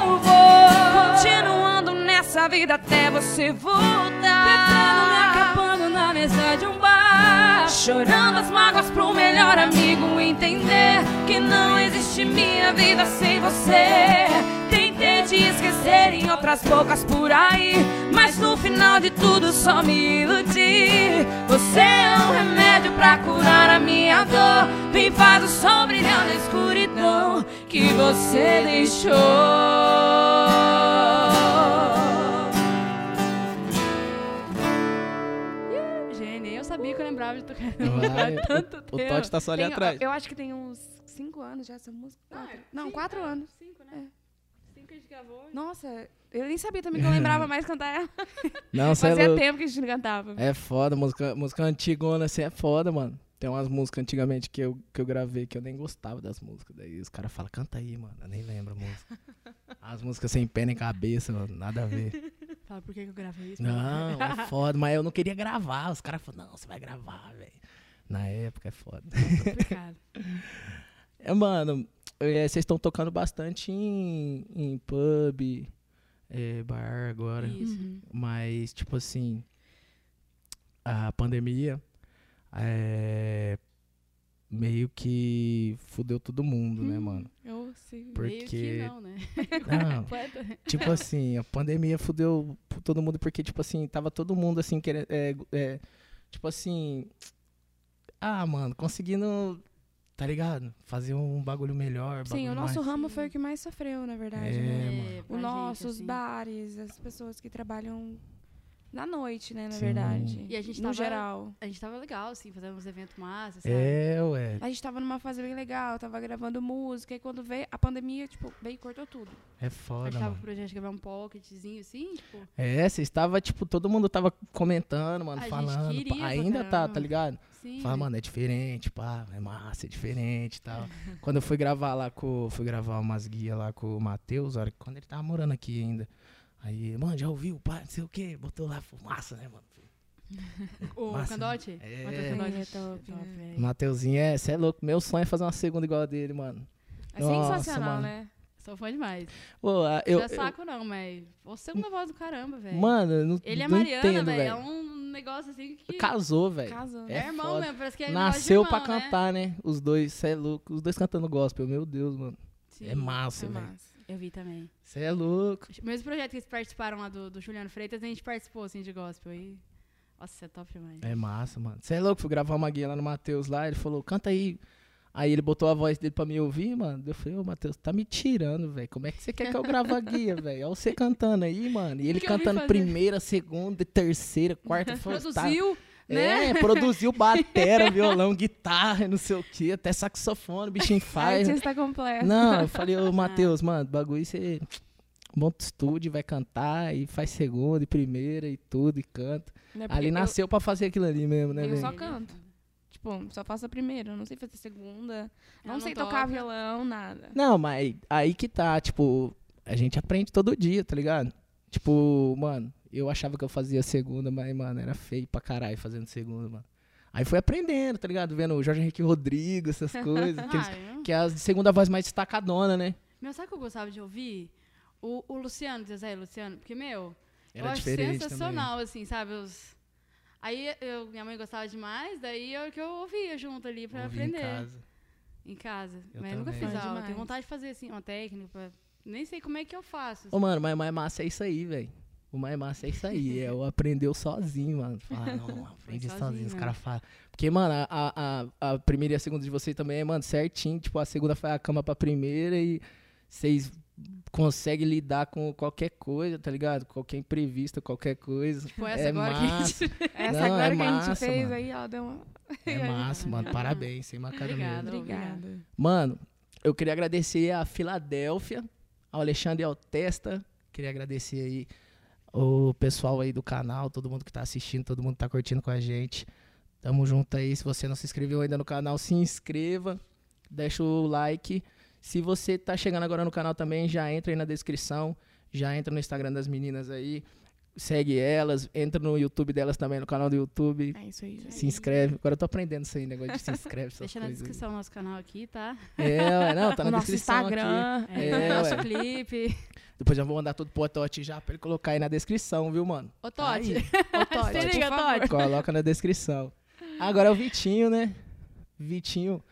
Eu vou continuando nessa vida até você voltar Tentando me acabando na mesa de um bar Chorando as mágoas pro melhor amigo entender Que não existe minha vida sem você Tentei te esquecer em outras bocas por aí Mas no final de tudo só me iludi Você é um remédio pra curar a minha dor Me faz o sol brilhar na escuridão Que você deixou Gênio, eu sabia que eu lembrava de tocar [laughs] Vai, há tanto o, o tempo. Totti tá só ali Tem- atrás. Eu acho que tem uns cinco anos já essa música. Quatro. Não, cinco, quatro é, anos. Cinco, né? Cinco que a gente gravou. Nossa, eu nem sabia também que [laughs] eu lembrava mais cantar ela. Não, sei Fazia tempo que a gente não cantava. É foda, música, música antigona assim é foda, mano. Tem umas músicas antigamente que eu, que eu gravei que eu nem gostava das músicas. Daí os caras falam, canta aí, mano. Eu nem lembro a [laughs] música. As músicas sem pé nem cabeça, mano, nada a ver. Fala, por que que eu gravei isso? Não, [laughs] é foda, mas eu não queria gravar. Os caras falaram, não, você vai gravar, velho. Na época é foda. [laughs] Complicado. É, mano, é, vocês estão tocando bastante em, em pub, é, bar agora. Isso. Mas, tipo assim, a pandemia é, meio que fudeu todo mundo, Hum. né, mano? [laughs] Eu sei. Meio Porque. que não, né? é Não, Completa. tipo assim, a pandemia fudeu todo mundo porque, tipo assim, tava todo mundo assim, querendo. é, é, tipo assim. Ah, mano, conseguindo. Tá ligado? Fazer um bagulho melhor. Sim, o bagulho nosso mais- ramo foi o que mais sofreu, na verdade. É, né? mano. pra O gente, nosso, os assim. bares, as pessoas que trabalham na noite, né, na Sim. verdade. E a gente no tava- geral. A gente tava legal, assim, fazendo uns eventos massa, sabe? É, ué. A gente tava numa fase bem legal, tava gravando música, e quando veio a pandemia, tipo, veio e cortou tudo. É A foda, gente tava mano. com o projeto de gravar um pocketzinho, assim, tipo... É, vocês tava, tipo, todo mundo tava comentando, mano, A gente falando. pá, queria Uhum. pra ainda tá, caramba. tá ligado? Sim. Fala, mano, é diferente, pá, é massa, é diferente e [laughs] tal. quando eu fui gravar lá com. Fui gravar umas guias lá com o Matheus, a hora que- quando ele tava morando aqui ainda. Aí, mano, já ouviu, pá, não sei o quê, botou lá fumaça, né, mano? O massa, Candote? né? Matheus É. Candote. Ai, é top, velho. Mateuzinho, é, cê é louco, meu sonho é fazer uma segunda igual a dele, mano. É Nossa, sensacional, mano. né? Sou fã demais. Pô, a- Eu, eu. não é saco não, mas... Você é uma voz do caramba, eu- velho. mano, eu não, Ele é não Mariana, entendo, velho. É velho. um negócio assim que... Casou, velho. Casou. É É irmão foda. mesmo, parece que é negócio de Nasceu irmão, pra né? cantar, né? Os dois, cê é louco. Os dois cantando gospel, meu Deus, mano. Sim, é massa, Foi velho. massa. Eu vi também. Você é louco. O mesmo projeto que eles participaram lá do, do Juliano Freitas, a gente participou, assim, de gospel. E... Nossa, é top demais. É massa, mano. Você é louco. Fui gravar uma guia lá no Matheus lá. Ele falou, canta aí. Aí ele botou a voz dele pra me ouvir, mano. Eu falei, ô, Matheus, tá me tirando, velho. Como é que você quer que eu grave a guia, velho? Olha você cantando aí, mano. E ele que eu vim cantando fazer? primeira, segunda, terceira, quarta. eu falei, tá- Produziu, né? É, produziu batera, violão, guitarra, não sei o quê. Até saxofone, o [laughs] bichinho faz. Artista completo. Não, eu falei, [laughs] Ah. ô Matheus, mano, bagulho você monta o estúdio, vai cantar e faz segunda e primeira e tudo e canta. Não é porque ali eu- nasceu pra fazer aquilo ali mesmo, né, eu velho? só canto. Tipo, só faço a primeira, eu não sei fazer segunda, não, Ela sei não tocar toca. violão, nada. Não, mas aí que tá, tipo, a gente aprende todo dia, tá ligado? Tipo, mano, eu achava que eu fazia segunda, mas, mano, era feio pra caralho fazendo segunda, mano. Aí fui aprendendo, tá ligado? Vendo o Jorge Henrique Rodrigo, [laughs] essas coisas. que, eles- Ah, eu- que é a segunda voz mais destacadona, né? Meu, sabe o que eu gostava de ouvir? O, o Luciano, Zezé e Luciano, porque, meu, Era eu acho diferente sensacional, assim, sabe? Os... Aí eu, minha mãe gostava demais, daí eu que eu ouvia junto ali pra também. Ouvi em aprender. casa. Em casa. Eu Mas eu nunca também. fiz Bom aula. Tenho demais. vontade de fazer assim, uma técnica. pra- Nem sei como é que eu faço. Ô, mano, mas o mais massa é isso aí, velho. O mais massa é isso aí. É o aprendeu sozinho, mano. [laughs] Fala, não, aprende sozinho, sozinho. Os né? caras falam. Porque, mano, a- a, a, a primeira e a segunda de vocês também é, mano, certinho. Tipo, a segunda faz a cama pra primeira e vocês consegue lidar com qualquer coisa, tá ligado? Qualquer imprevisto, qualquer coisa. Tipo essa é agora massa, que a gente. [laughs] Essa Não, é agora que a massa, gente fez mano. aí, ó, deu uma. É massa, mano. Parabéns, sem mancada Obrigada. mesmo. Obrigada. Mano, eu queria agradecer a Filadélfia, ao Alexandre Altesta. Queria agradecer aí o pessoal aí do canal, todo mundo que tá assistindo, todo mundo que tá curtindo com a gente. Tamo junto aí. Se você não se inscreveu ainda no canal, se inscreva. Deixa o like. Se você tá chegando agora no canal também, já entra aí na descrição. Já entra no Instagram das meninas aí. Segue elas. Entra no YouTube delas também, no canal do YouTube. É isso aí, gente. Se inscreve. Agora eu tô aprendendo isso aí, negócio de se inscreve. essas [laughs] Deixa na coisas aí. descrição o nosso canal aqui, tá? É, ué, não, tá O na nosso descrição aqui. Instagram. É, É, nosso ué. clipe. Depois eu vou mandar todo pro Tote já pra ele colocar aí na descrição, viu, mano? Ô, Tá Totti. aí. Ô, Todd, Se por liga, favor. Todd. Coloca na descrição. Agora é o Vitinho, né? Vitinho.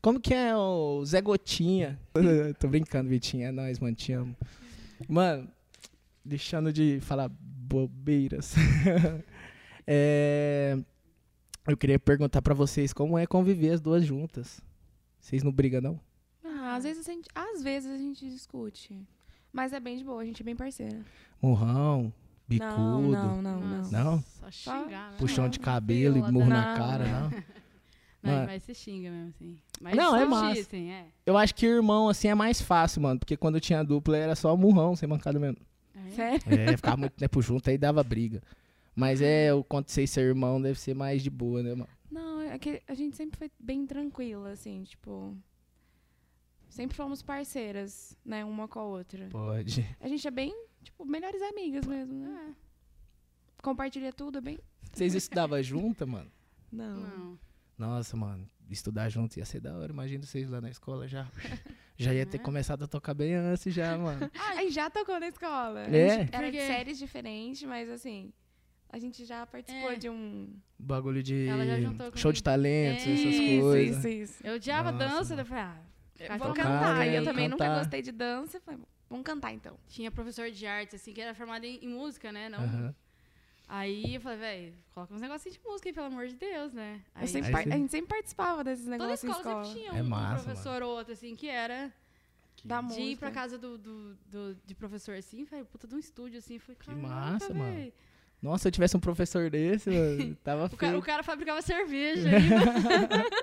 Como que é o Zé Gotinha? [laughs] Tô brincando, Vitinho. É nóis, mano. Te amo. Mano, deixando de falar bobeiras. [laughs] É, eu queria perguntar pra vocês como é conviver as duas juntas. Vocês não brigam, não? Ah, às vezes a gente, às vezes a gente discute. Mas é bem de boa, a gente é bem parceira. Murrão, bicudo. Não, não, não, não. Nossa, Não? Só xingar, né? Puxão de cabelo e Pelada. murro na Não. cara, [laughs] não. Não, Mano. mas se xinga mesmo, assim. Mas Não, é só massa. xinga, assim, é. Eu acho que irmão, assim, é mais fácil, mano. Porque quando eu tinha dupla era só murrão, sem mancada mesmo. É. Sério? É, [laughs] ficava muito tempo junto, aí dava briga. Mas é, eu, quando vocês ser irmão, deve ser mais de boa, né, mano? Não, é que a gente sempre foi bem tranquila, assim, tipo. Sempre fomos parceiras, né, uma com a outra. Pode. A gente é bem, tipo, melhores amigas mesmo, né? Compartilha tudo, é bem? [laughs] Vocês estudavam junta, mano? Não. Nossa, mano, estudar junto ia ser da hora. Imagina vocês lá na escola [laughs] já. Já ia Né? ter começado a tocar bem antes já, mano. Aí já tocou na escola. É? A gente Era de Porque- séries diferentes, mas assim, a gente já participou É. de um. Bagulho de Ela já juntou show de comigo. talentos, essas isso, coisas. isso, isso. Eu odiava Nossa, dança, mano. eu falei, ah, Eu vou Tocar, cantar. né? E eu também Cantar. nunca gostei de dança. Falei, vamos cantar então. tinha professor de artes, assim, que era formado em, em música, né? Não. Aham. Aí eu falei, velho, coloca uns negocinhos de música aí, pelo amor de Deus, né? Aí, Eu sempre Aí par- você- A gente sempre participava desses toda negócios escola, em escola. sempre tinha É um, um massa, professor ou outro, assim, que era Da de ir pra música. casa do, do, do- de professor, assim, velho, puta de um estúdio, assim, foi Que massa, mano. Nossa, se eu tivesse um professor desse, [laughs] mano, tava O cara, o feio. cara fabricava cerveja. aí,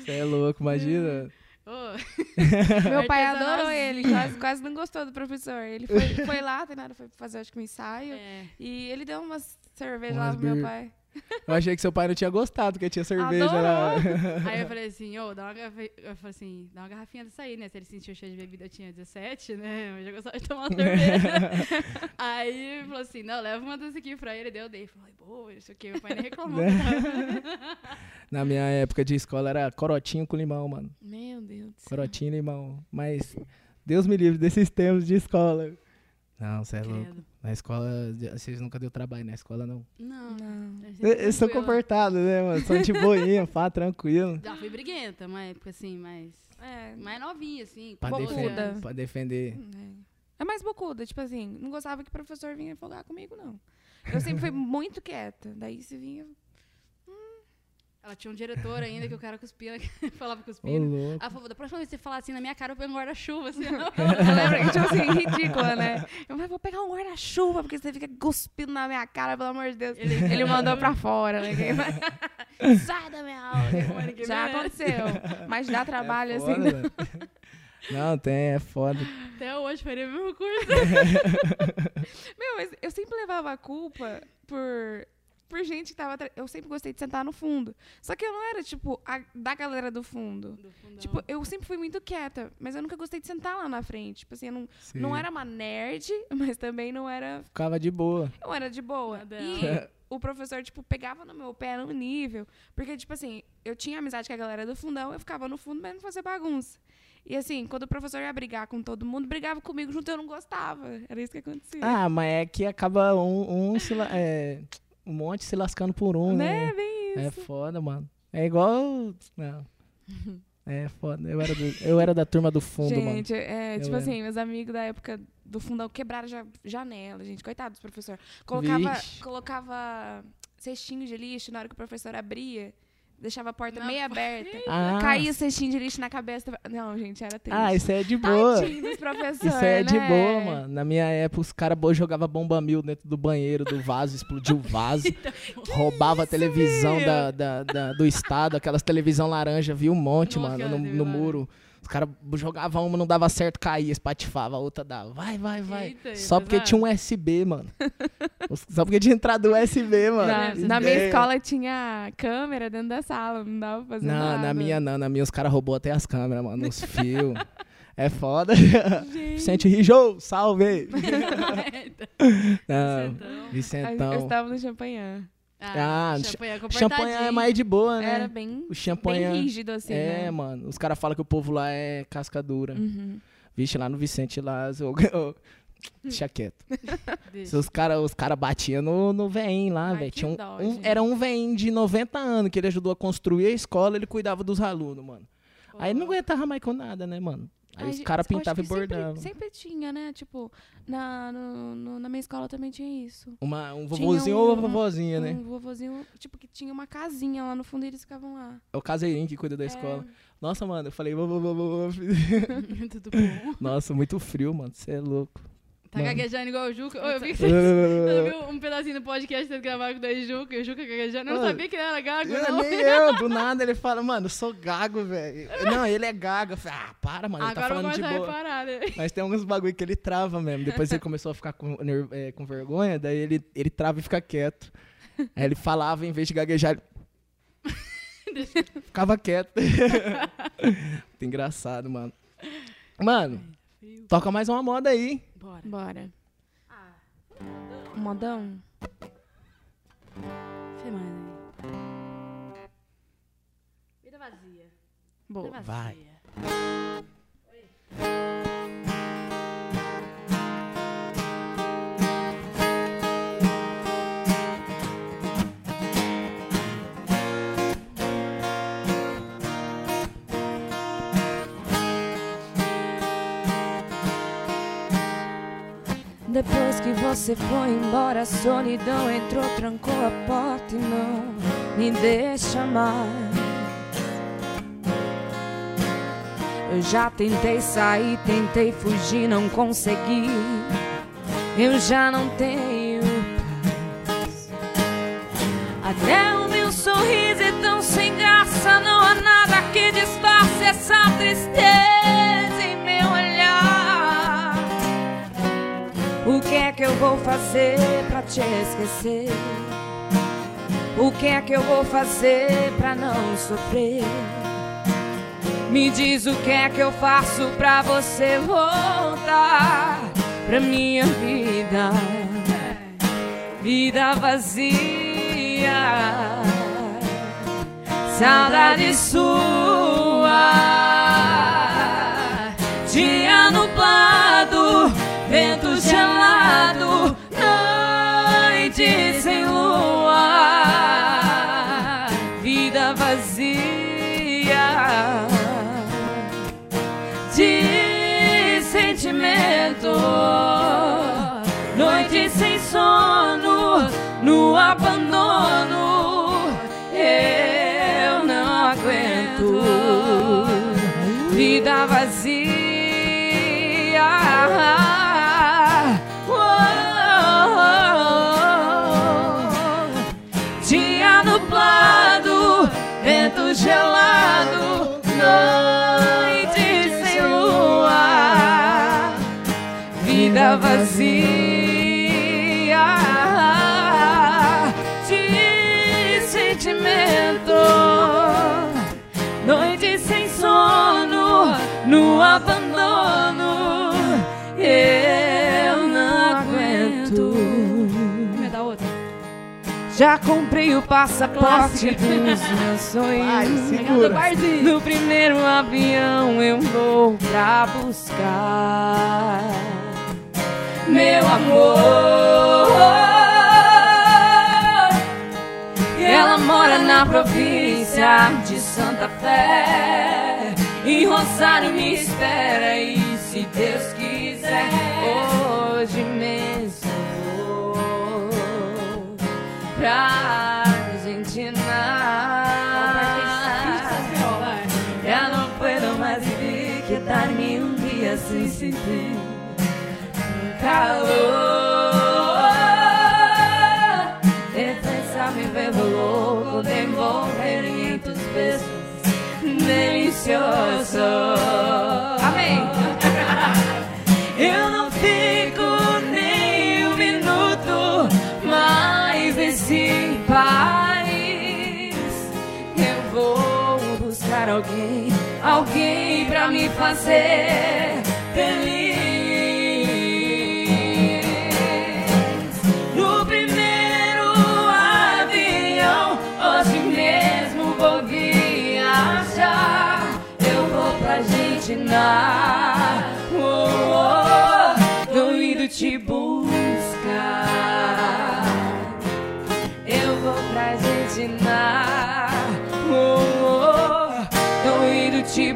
Você é louco, imagina. Ô, Meu pai adorou Artesanato. ele, quase, quase não gostou do professor. [laughs] Ele foi, foi lá, tem nada, foi fazer acho que um ensaio. é. E ele deu umas cervejas Umas lá pro meu beer. pai. Eu achei que seu pai não tinha gostado, porque tinha cerveja lá. Aí eu falei assim, ô, dá uma garrafi- eu falei assim, dá uma garrafinha dessa aí, né? Se ele sentiu cheio de bebida, eu tinha 17, né? Eu já gostava de tomar uma [laughs] cerveja. aí ele falou assim, não, leva uma dessa aqui pra ele, deu, eu dei. Falei, boa, isso aqui, meu pai nem reclamou. Né? [laughs] sabe? [laughs] Na minha época de escola era corotinho com limão, mano. Meu Deus do céu. Corotinho e limão. Mas Deus me livre desses tempos de escola. Não, você é louco. Credo. Na escola, vocês nunca deu trabalho na escola, não. Não, Né? Não. deve ser Eu sou tranquila. comportado, né, mano? Sou de [laughs] boinha, pá, tranquilo. Já fui briguenta, mas, tipo assim, mais, É. mais novinha, assim. Pra com 12 Bocuda. defender, anos. pra defender. É mais bocuda, tipo assim, não gostava que o professor vinha folgar comigo, não. Eu sempre fui muito quieta. Daí se vinha. Ela tinha um diretor ainda que o cara cuspia, [laughs] falava Ô, cuspindo. louco. Ah, por favor, da próxima vez que você falar assim na minha cara, eu pego um guarda-chuva, assim, [laughs] ó. Eu lembro que, tipo assim, ridícula, né? Eu falei, vou pegar um guarda-chuva, porque você fica cuspindo na minha cara, pelo amor de Deus. Ele, mandou [laughs] pra fora, né? Sai da minha aula. Mano, que Já merda. aconteceu. Mas dá trabalho, É assim. foda, mano. [laughs] Não, tem, é foda. Até hoje faria a mesma coisa. [laughs] Meu, mas eu sempre levava a culpa por, por gente que tava. atra- Eu sempre gostei de sentar no fundo. Só que eu não era, tipo, a- da galera do fundo. Do fundão. Tipo, eu sempre fui muito quieta, mas eu nunca gostei de sentar lá na frente. Tipo assim, eu não, não Sim. era uma nerd, [laughs] mas também não era. Ficava de boa. Eu era de boa. Nada. E É. o professor, tipo, pegava no meu pé num nível. Porque, tipo assim, eu tinha amizade com a galera do fundão, eu ficava no fundo, mas não fazia bagunça. E assim, quando o professor ia brigar com todo mundo, brigava comigo junto, eu não gostava. Era isso que acontecia. Ah, mas é que acaba um, um, se la- é, um monte se lascando por um, né? né? Bem É isso. foda, mano. É igual. Não. É foda. Eu era, do- eu era da turma do fundo, mano. Gente, é, Eu tipo era. assim, meus amigos da época do fundão quebraram ja- janela, gente. Coitado dos professor. Colocava, Vixe. colocava cestinho de lixo na hora que o professor abria. deixava a porta Na meio porta. aberta. Ah. Caía o cestinho de lixo na cabeça. Não, gente, era triste. Ah, isso é de boa. Tadinho dos professores, Isso é de né? boa, mano. Na minha época, os caras jogavam bomba mil dentro do banheiro, do vaso, explodiu o [laughs] vaso. Então, roubava a televisão da, da- da- do estado, aquelas televisão laranja, vi um monte, Nossa, mano, aquela no, TV no laranja. muro. Os caras jogavam uma, não dava certo, caía, espatifava, a outra dava. Vai, vai, vai. Eita, Só é porque pesado. tinha um USB, [laughs] mano. Os- Só porque tinha entrado o USB, mano. Na, Não, na minha É. escola tinha câmera dentro da sala, não dava pra fazer Na, nada. na minha não, na minha os caras roubou até as câmeras, mano, [laughs] os fios. É foda. [laughs] Vicente Rijou, salve! Então, Não, Vicentão. A- Vicentão. Eu estava no champanhã. então. Ah, Ah, champanhe é Champanhe é comportadinho. mais de boa, né? Era bem, O bem champanhe rígido, assim, é, né? mano. Os caras falam que o povo lá é casca dura. Uhum. Vixe, lá no Vicente lá, [laughs] eu- eu- deixa quieto. Se Deixa. [laughs] Os caras os cara batiam no, no veinho lá, Ai, velho. que Tinha um- dó, um- gente. era um veinho de 90 anos que ele ajudou a construir a escola, ele cuidava dos alunos, mano. Aí ele não aguentava mais com nada, né, mano? Aí Ai, os gente, caras eu acho pintavam e que sempre- bordavam. Sempre, tinha, né? Tipo, na, no- no- na minha escola também tinha isso. Uma, um Tinha vovozinho ou uma um- vovozinha, né? Um vovozinho, tipo, que tinha uma casinha lá no fundo e eles ficavam lá. É o caseirinho que cuida da É. escola. Nossa, mano, eu falei, vovô, vovô, vovô. Tudo bom? Nossa, muito frio, mano. Você é louco. Tá Mano. gaguejando igual o Juca. Ô, [laughs] eu vi que [laughs] você Eu viu um pedacinho do podcast sendo gravado com dois Juca e o Juca gaguejando. Eu não Mano, sabia que ele era gago, não. [laughs] nem eu, do nada ele fala, mano, eu sou gago, velho. Não, ele é gago. Eu falei, ah, para, mano, ele tá Agora eu falando vou de começar a boa. [laughs] reparar, né? Mas tem alguns bagulho que ele trava mesmo. Depois [laughs] ele começou a ficar com, ner- eh, com vergonha, daí ele, ele trava e fica quieto. Aí ele falava, em vez de gaguejar, ele... ficava quieto. [laughs] Muito engraçado, mano. Mano, toca mais uma moda aí. Bora. Bora. Modão? Você manda. Vida vazia. Boa. Vida Vai. vazia. Depois que você foi embora, a solidão entrou, trancou a porta e não me deixa mais. Eu já tentei sair, tentei fugir, não consegui. Eu já não tenho paz. Até o meu sorriso é tão sem graça, não há nada que disfarce essa tristeza em meu olhar. O que é que eu vou fazer pra te esquecer? O que é que eu vou fazer pra não sofrer? Me diz o que é que eu faço pra você voltar pra minha vida, vida vazia, saudade sua, dia nublado, vento gelado, noite sem lua, Ah, vida vazia de sentimento, noite sem sono, no abandono, eu não aguento vida vazia. Oh, Dia nublado, vento gelado, noite sem lua, vida vazia. De sentimento, Noite sem sono, no abandono, eu não aguento. Vai dar outra. Já comprei o passaporte dos meus Vai, sonhos. segura. No primeiro avião eu vou pra buscar meu amor. E Ela mora na província de Santa Fé. Em Rosário me espera e se Deus quiser, hoje mesmo Ah. vou pra Argentina. um fazer calor. Defensa me bebo louco de envolvimientos besos deliciosos. Amém. Eu não fico nem um minuto mais nesse país. Eu vou buscar alguém, alguém pra me fazer feliz. No primeiro avião, hoje mesmo vou viajar. Eu vou pra Argentina. Oh, oh, tô indo te buscar. Eu vou pra Argentina. Oh, oh, tô indo te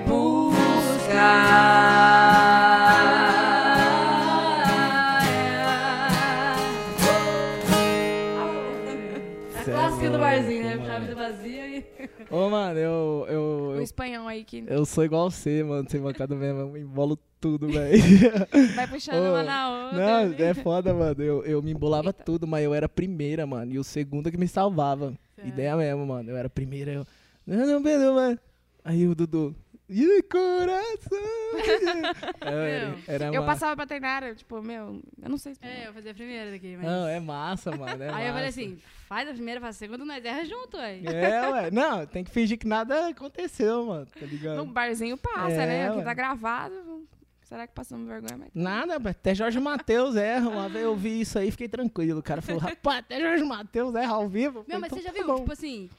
buscar. A Cê é clássica Tá do louco, barzinho, né? mano. Chave vazia e. Ô, mano, eu, eu, O eu, espanhol aí que eu sou igual você, mano. Sem mancada mesmo, eu me embolo tudo, [laughs] velho. vai puxando Ô, uma na outra. Não, ali. é foda, mano. Eu, eu me embolava Eita. tudo, mas eu era a primeira, mano. E o segundo que me salvava. Ideia mesmo, mano. Eu era a primeira. Eu... Não, não, beleza, mano. Aí o Dudu. E [laughs] coração! Eu era, era Eu ma- passava pra treinar, eu, tipo, meu, eu não sei espanhol. É, eu fazia a primeira daqui, mas. Não, é massa, mano. é aí eu falei massa. assim: faz a primeira, faz a segunda, nós erra junto aí. É, ué. Não, tem que fingir que nada aconteceu, mano. Tá ligado? Num barzinho passa, É, né? Aqui ué. tá gravado. Será que passamos vergonha? Mas... Nada, pô. até Jorge Matheus erra. Uma vez eu vi isso aí fiquei tranquilo. O cara falou, rapaz, até Jorge Matheus erra ao vivo. Eu Meu, mas falei, você já então viu? tá bom. Tipo assim.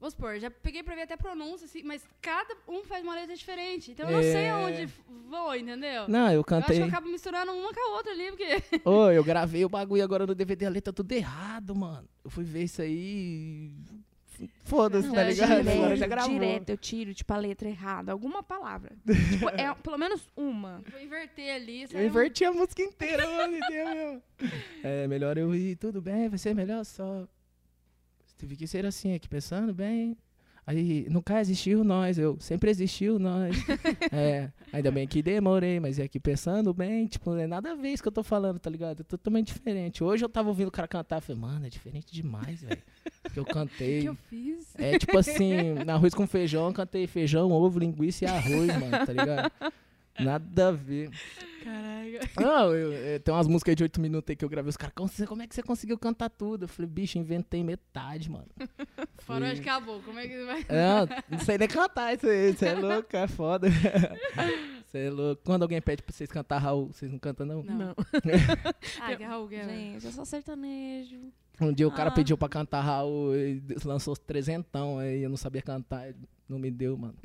Vamos supor, já peguei pra ver até pronúncia, assim, mas cada um faz uma letra diferente. Então eu não sei É. aonde f- vou, entendeu? Não, eu Eu acho que cantei. eu acabo misturando uma com a outra ali, porque. [laughs] [laughs] Ô, eu gravei o bagulho agora no DVD, a letra tudo errado, mano. Eu fui ver isso aí. e- Foda-se, Não, tá eu ligado? direto, Agora já gravou. É, direto, eu tiro, tipo, a letra errada, [laughs] alguma palavra. tipo, é pelo menos uma. Vou inverter ali. Eu saiu- um inverti a música inteira, mano. Entendeu? meu? É, melhor eu ir, tudo bem, vai ser melhor só. Tive que ser assim aqui, pensando bem. Aí, nunca existiu nós, eu sempre existiu nós. É, ainda bem que demorei, mas é que pensando bem, tipo, não é nada a ver isso que eu tô falando, tá ligado? É totalmente diferente. Hoje eu tava ouvindo o cara cantar, eu falei, mano, é diferente demais, velho. Que eu [laughs] cantei. que eu fiz? É tipo assim, arroz com feijão, eu cantei feijão, ovo, linguiça e arroz, mano, tá ligado? Nada a ver. Caraca. Não, eu- eu- tem umas músicas aí de 8 minutos aí que eu gravei. Os caras, como, você- como é que você conseguiu cantar tudo? Eu falei, bicho, inventei metade, mano. Farol de acabou. Como é que vai? Não, não sei nem cantar isso aí. Você é louco, é foda. [laughs] Você é louco. Quando alguém pede pra vocês cantar Raul, vocês não cantam, não? Não. Ah, que Raul, que é. Gente, eu sou sertanejo. Um dia o cara Ah. pediu pra cantar Raul e lançou os trezentão aí. Eu não sabia cantar, não me deu, mano.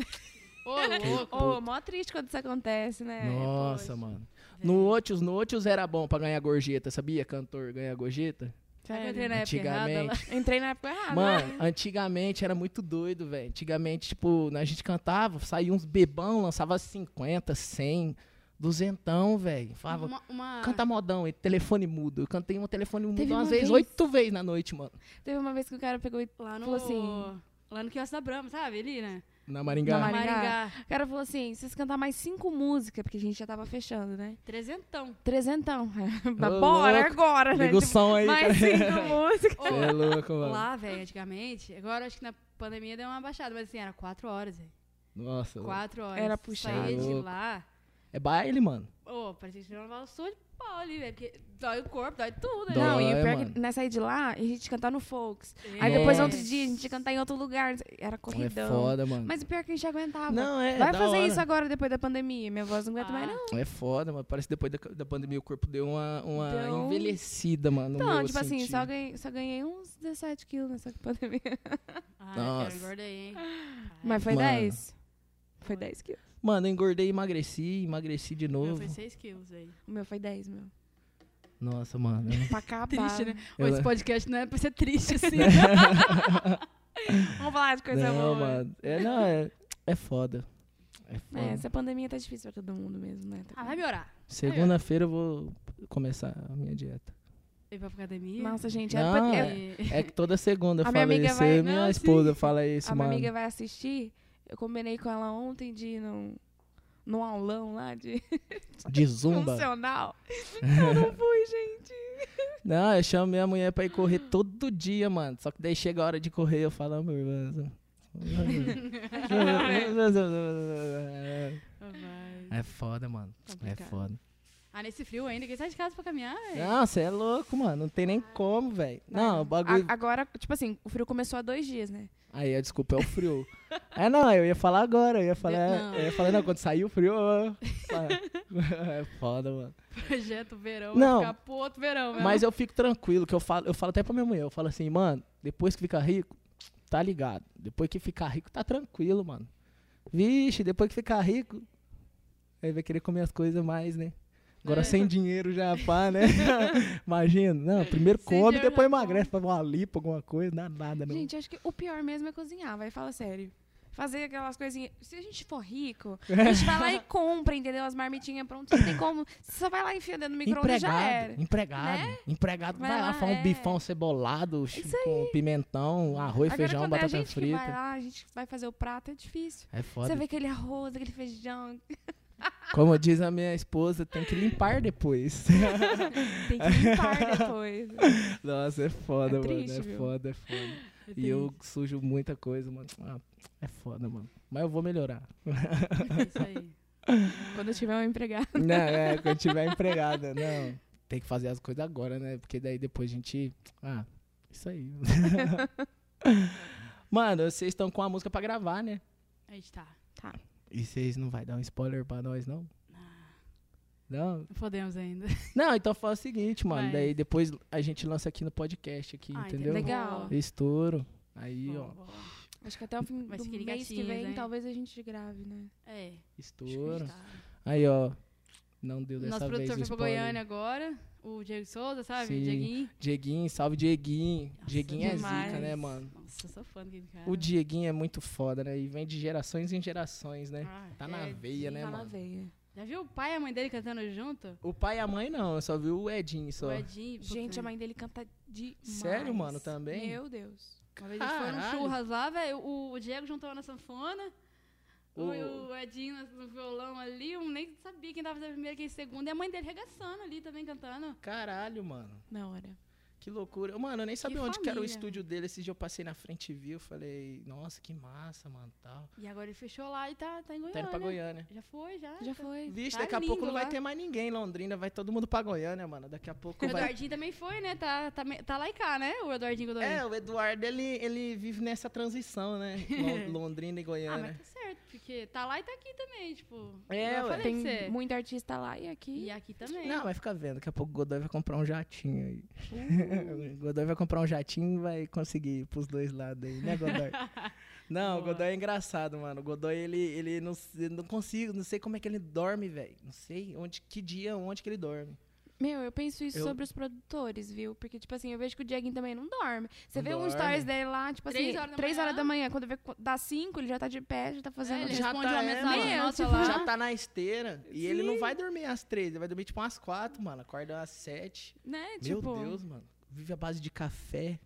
Ô, louco. Ô, mó triste quando isso acontece, né? Nossa, Poxa. É. mano. No Otius, no Otius era bom pra ganhar gorjeta, sabia? Cantor ganhar gorjeta. Será que eu Sério. entrei na época errada lá? Antigamente. [laughs] Entrei na época errada. Mano, antigamente era muito doido, velho. Antigamente, tipo, a gente cantava, saía uns bebão, lançava 50, 100, duzentão, velho. Falava, Uma, uma... canta modão e telefone mudo. Eu cantei um telefone mudo Teve umas uma vezes, vez- oito vezes na noite, mano. Teve uma vez que o cara pegou e Lá no... falou assim- Lá no quiosque da Brahma, sabe? Ali, né? Na Maringá. Na Maringá. Maringá. O cara falou assim: vocês cantar mais cinco músicas, porque a gente já tava fechando, né? Trezentão. Trezentão. [laughs] Ô, Bora louco. agora, né? Liga o Tipo, som aí, [laughs] mais cinco músicas. Ô, Você é louco, mano. lá, velho, antigamente. Agora acho que na pandemia deu uma baixada, mas assim, era quatro horas, velho. Nossa, louco. Quatro horas. Era puxado. Saía de Louco. lá. é baile, mano. Ô, parecia que tirou uma vassoura de pau ali, velho. né? Porque dói o corpo, dói tudo, Dói. né? Não, e o pior é mano. que nós saímos de lá e a gente cantar no Folks. É. Aí depois Nossa. outro dia a gente ia cantar em outro lugar. Era corridão. É foda, mano. Mas o pior é que a gente aguentava. Não, é, Vai da fazer hora. isso agora depois da pandemia. Minha voz não aguenta Ah. mais, não. É foda, mano. Parece que depois da, da pandemia o corpo deu uma, uma Deu um- envelhecida, mano. no Então, meu tipo assim, sentido. só ganhei, só ganhei uns 17 quilos nessa [laughs] pandemia. Ah, Nossa. cara, engordei, hein? Mas foi Mano. 10. Foi 10 quilos. Mano, eu engordei, emagreci, emagreci de Meu, novo. foi seis quilos, velho. O meu foi 10, [laughs] meu. Nossa, [laughs] mano. eu- Pra acabar. Triste, né? Ô, Eu- Esse podcast não é pra [laughs] ser triste assim. Vamos falar de coisa não, boa. mano. É, não, é, é foda. É foda. É, essa pandemia tá difícil pra todo mundo mesmo, né? ah, vai melhorar. Segunda-feira eu vou começar a minha dieta. Ele vai pra academia. Nossa, gente, Não, era pra... é- eu- E- É que toda segunda eu [laughs] A minha falo amiga isso. vai- e minha não, esposa fala isso, a minha mano. amiga vai assistir. Eu combinei com ela ontem de ir num, num aulão lá de De zumba. [laughs] funcional. Eu não fui, gente. Não, eu chamo minha mulher pra ir correr todo dia, mano. Só que daí chega a hora de correr, eu falo, amor. mas- Vai. [laughs] É foda, mano. É Complicado. foda. Ah, nesse frio ainda, quem sai de casa pra caminhar? É. Não, você é louco, mano. Não tem nem como, velho. Não, o bagulho. A- agora, tipo assim, o frio começou há dois dias, né? Aí a desculpa é o frio. é, não, eu ia falar agora. Eu ia falar, Não. eu ia falar não, quando saiu o frio. eu- [laughs] É foda, mano. Projeto verão, Não. vai ficar pro outro verão. mesmo. Uhum. Mas eu fico tranquilo, que eu falo, eu falo até pra minha mulher, eu falo assim, mano, depois que ficar rico, tá ligado. Depois que ficar rico, tá tranquilo, mano. Vixe, depois que ficar rico, aí vai querer comer as coisas mais, né? Agora É. sem dinheiro já pá, [laughs] né? Imagina. Não, primeiro Sem come, dinheiro já depois come. emagrece, faz uma lipa, alguma coisa, não dá nada, não. Gente, acho que o pior mesmo é cozinhar, vai, fala sério. Fazer aquelas coisinhas. Se a gente for rico, a gente vai [laughs] lá e compra, entendeu? As marmitinhas prontas, não tem como. Você só vai lá e enfia dentro do micro-ondas e já era. né? empregado, empregado, empregado, vai, Vai lá, lá, faz um é. bifão cebolado Isso com pimentão, arroz, Agora, feijão, quando é a batata gente que frita. vai lá, a gente vai fazer o prato, é difícil. É foda. Você vê aquele arroz, aquele feijão. Como diz a minha esposa, tem que limpar depois. [laughs] Tem que limpar depois. Nossa, é foda, É mano. triste, é viu? foda, é foda. E eu sujo muita coisa, mano. Ah, é foda, mano. Mas eu vou melhorar. [laughs] É isso aí. Quando eu tiver um empregado. Não, é, quando tiver empregada, não. Tem que fazer as coisas agora, né? Porque daí depois a gente. Ah, isso aí. [laughs] mano, vocês estão com a música pra gravar, né? A gente tá. E vocês não vai dar um spoiler pra nós, não? Não? Não podemos ainda. Não, então fala o seguinte, mano. Vai. Daí depois a gente lança aqui no podcast aqui, Ah, entendeu? Legal. Boa, Estouro. Aí, ó. boa, boa. Acho que até o fim Vai do ser aquele mês que gatinho, vem, né? talvez a gente grave, né? É. acho que a Estouro. gente tá. Aí, ó. Não deu dessa Nosso vez. produtor o foi pra spoiler. Goiânia agora, o Diego Souza, sabe? Sim. Dieguinho. Dieguinho, salve Dieguinho. Nossa, Dieguinho é demais. zica, né, mano? Nossa, eu sou fã daquele cara. O Dieguinho é muito foda, né? E vem de gerações em gerações, né? Ah, Tá na é. veia, né, tá na mano? veia. Já viu o pai e a mãe dele cantando junto? O pai e a mãe não, eu só vi o Edinho só. O Edinho. um Gente, é puta, a mãe dele canta demais. Sério, mano, também? Meu Deus. Uma vez eles foram no Caralho. churras lá, velho. O, o Diego juntou na sanfona. O, O- o Edinho no- no violão ali. Eu nem sabia quem tava fazendo primeiro, quem segundo. E a mãe dele regaçando ali também, cantando. Caralho, mano. Na hora. Que loucura. Mano, eu nem sabia onde que era o família. estúdio dele. Esse dia eu passei na frente e vi, eu falei, nossa, que massa, mano, tal. E agora ele fechou lá e tá, tá em Goiânia. Tá indo pra Goiânia. Já foi, já. Já foi. Vixe, Tá daqui a lindo pouco não vai lá. ter mais ninguém em Londrina, vai todo mundo pra Goiânia, mano. Daqui a O [laughs] pouco vai. Eduardinho também foi, né? Tá, tá, me- tá lá e cá, né? O Eduardinho Godoy. É, o Eduardo, ele, ele vive nessa transição, né? [laughs] Lon- Londrina e Ah, Goiânia. mas tá certo, porque tá lá e tá aqui também, tipo. É, eu ué. falei Tem pra você. muito artista lá e aqui. E aqui também. Não, vai ficar vendo. Daqui a pouco o Godoy vai comprar um jatinho aí. Uh. [laughs] O Godoy vai comprar um jatinho e vai conseguir ir pros dois lados aí, né, [laughs] Godoy? Não, o Boa. Godoy é engraçado, mano. O Godoy, ele, ele não, eu não consigo, não sei como é que ele dorme, velho. Não sei onde, que dia, onde que ele dorme. Meu, eu penso isso Eu- sobre os produtores, viu? Porque, tipo assim, eu vejo que o Dieguinho também não dorme. Não Você vê dorme. um stories dele lá, tipo Três assim, horas da três manhã. horas da manhã. Quando vê que dá cinco, ele já tá de pé, já tá É, fazendo... ele Já responde tá, uma é, mensagem mano. nossa Meu, lá. [laughs] Já tá na esteira e ele não Sim. vai dormir às três, ele vai dormir tipo às quatro, mano. Acorda às sete. É, Né? Meu tipo... Deus, mano. Vive à base de café.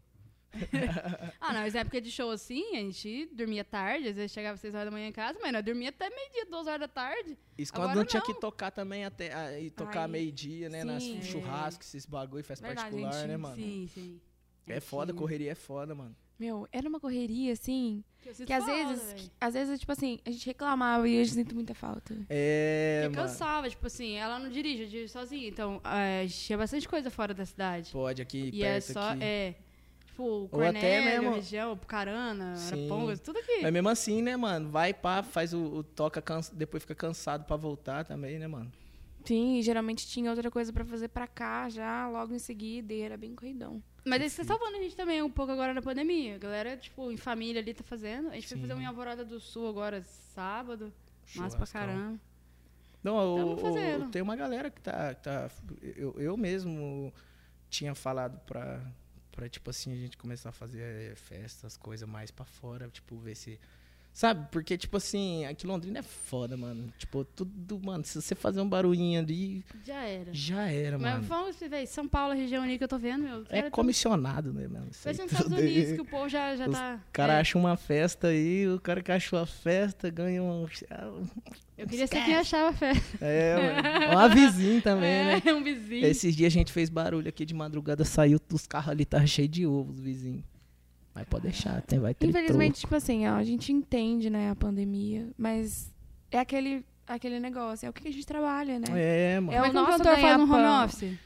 Ah, não, mas na época de show assim, a gente dormia tarde, às vezes chegava às 6 horas da manhã em casa, mas nós dormia até meio-dia, 12 horas da tarde. Isso quando Agora não tinha que não. é. tocar também até ah, e tocar Ai, meio-dia, né? Nas sim. churrascos, esses bagulho, festa Verdade, particular, gente, né, mano? Sim, sim. É foda, Sim. correria é foda, mano. Meu, era uma correria, assim, Que, eu sinto que às falta, vezes, velho. que- às vezes, tipo assim, a gente reclamava e hoje eu sinto muita falta. É, Porque eu mano. cansava, tipo assim, ela não dirige, eu dirijo sozinha, então é, tinha bastante coisa fora da cidade. Pode aqui e é perto só, aqui. é, tipo, Ou Cornélio, até mesmo- região, Pucarana, Sim. Arapongas, tudo aqui. Mas mesmo assim, né, mano? Vai pá, faz o, o toca, cansa- depois fica cansado pra voltar também, né, mano? Sim, e geralmente tinha outra coisa pra fazer pra cá já, logo em seguida, e era bem corridão. Mas isso tá salvando a gente também um pouco agora na pandemia. A galera, tipo, em família ali tá fazendo. A gente Sim. foi fazer um em Alvorada do Sul agora, sábado. Massa pra Churrascão. caramba. Não, o- Tamo o- fazendo. tem uma galera que tá. tá eu, eu mesmo tinha falado pra, é, pra, tipo assim, a gente começar a fazer eh, festas, coisas mais pra fora, tipo, ver se Sabe? Porque, tipo assim, aqui em Londrina é foda, mano. Tipo, tudo, mano, se você fazer um barulhinho ali, Já era. já era, Mas mano. vamos ver, São Paulo, região ali que eu tô vendo, meu. É cara, comissionado, né, mano? Isso Vai aí. ser nos Estados Unidos que o povo já, já Os tá. O cara é. acha uma festa aí, o cara que achou a festa ganha um. [laughs] Eu queria ser quem achava a festa. É, mano. Uma vizinha também, né? [laughs] É, um vizinho. Esses dias a gente fez barulho aqui de madrugada, saiu dos carros ali, tava cheio de ovos, vizinho. Mas pode deixar, tem, vai ter Infelizmente, tipo assim, ó, a gente entende, né, a pandemia, mas é aquele, aquele negócio, é o que a gente trabalha, troco. né? É, mano. Como é que o nosso cantor faz no home ganha-pão. office?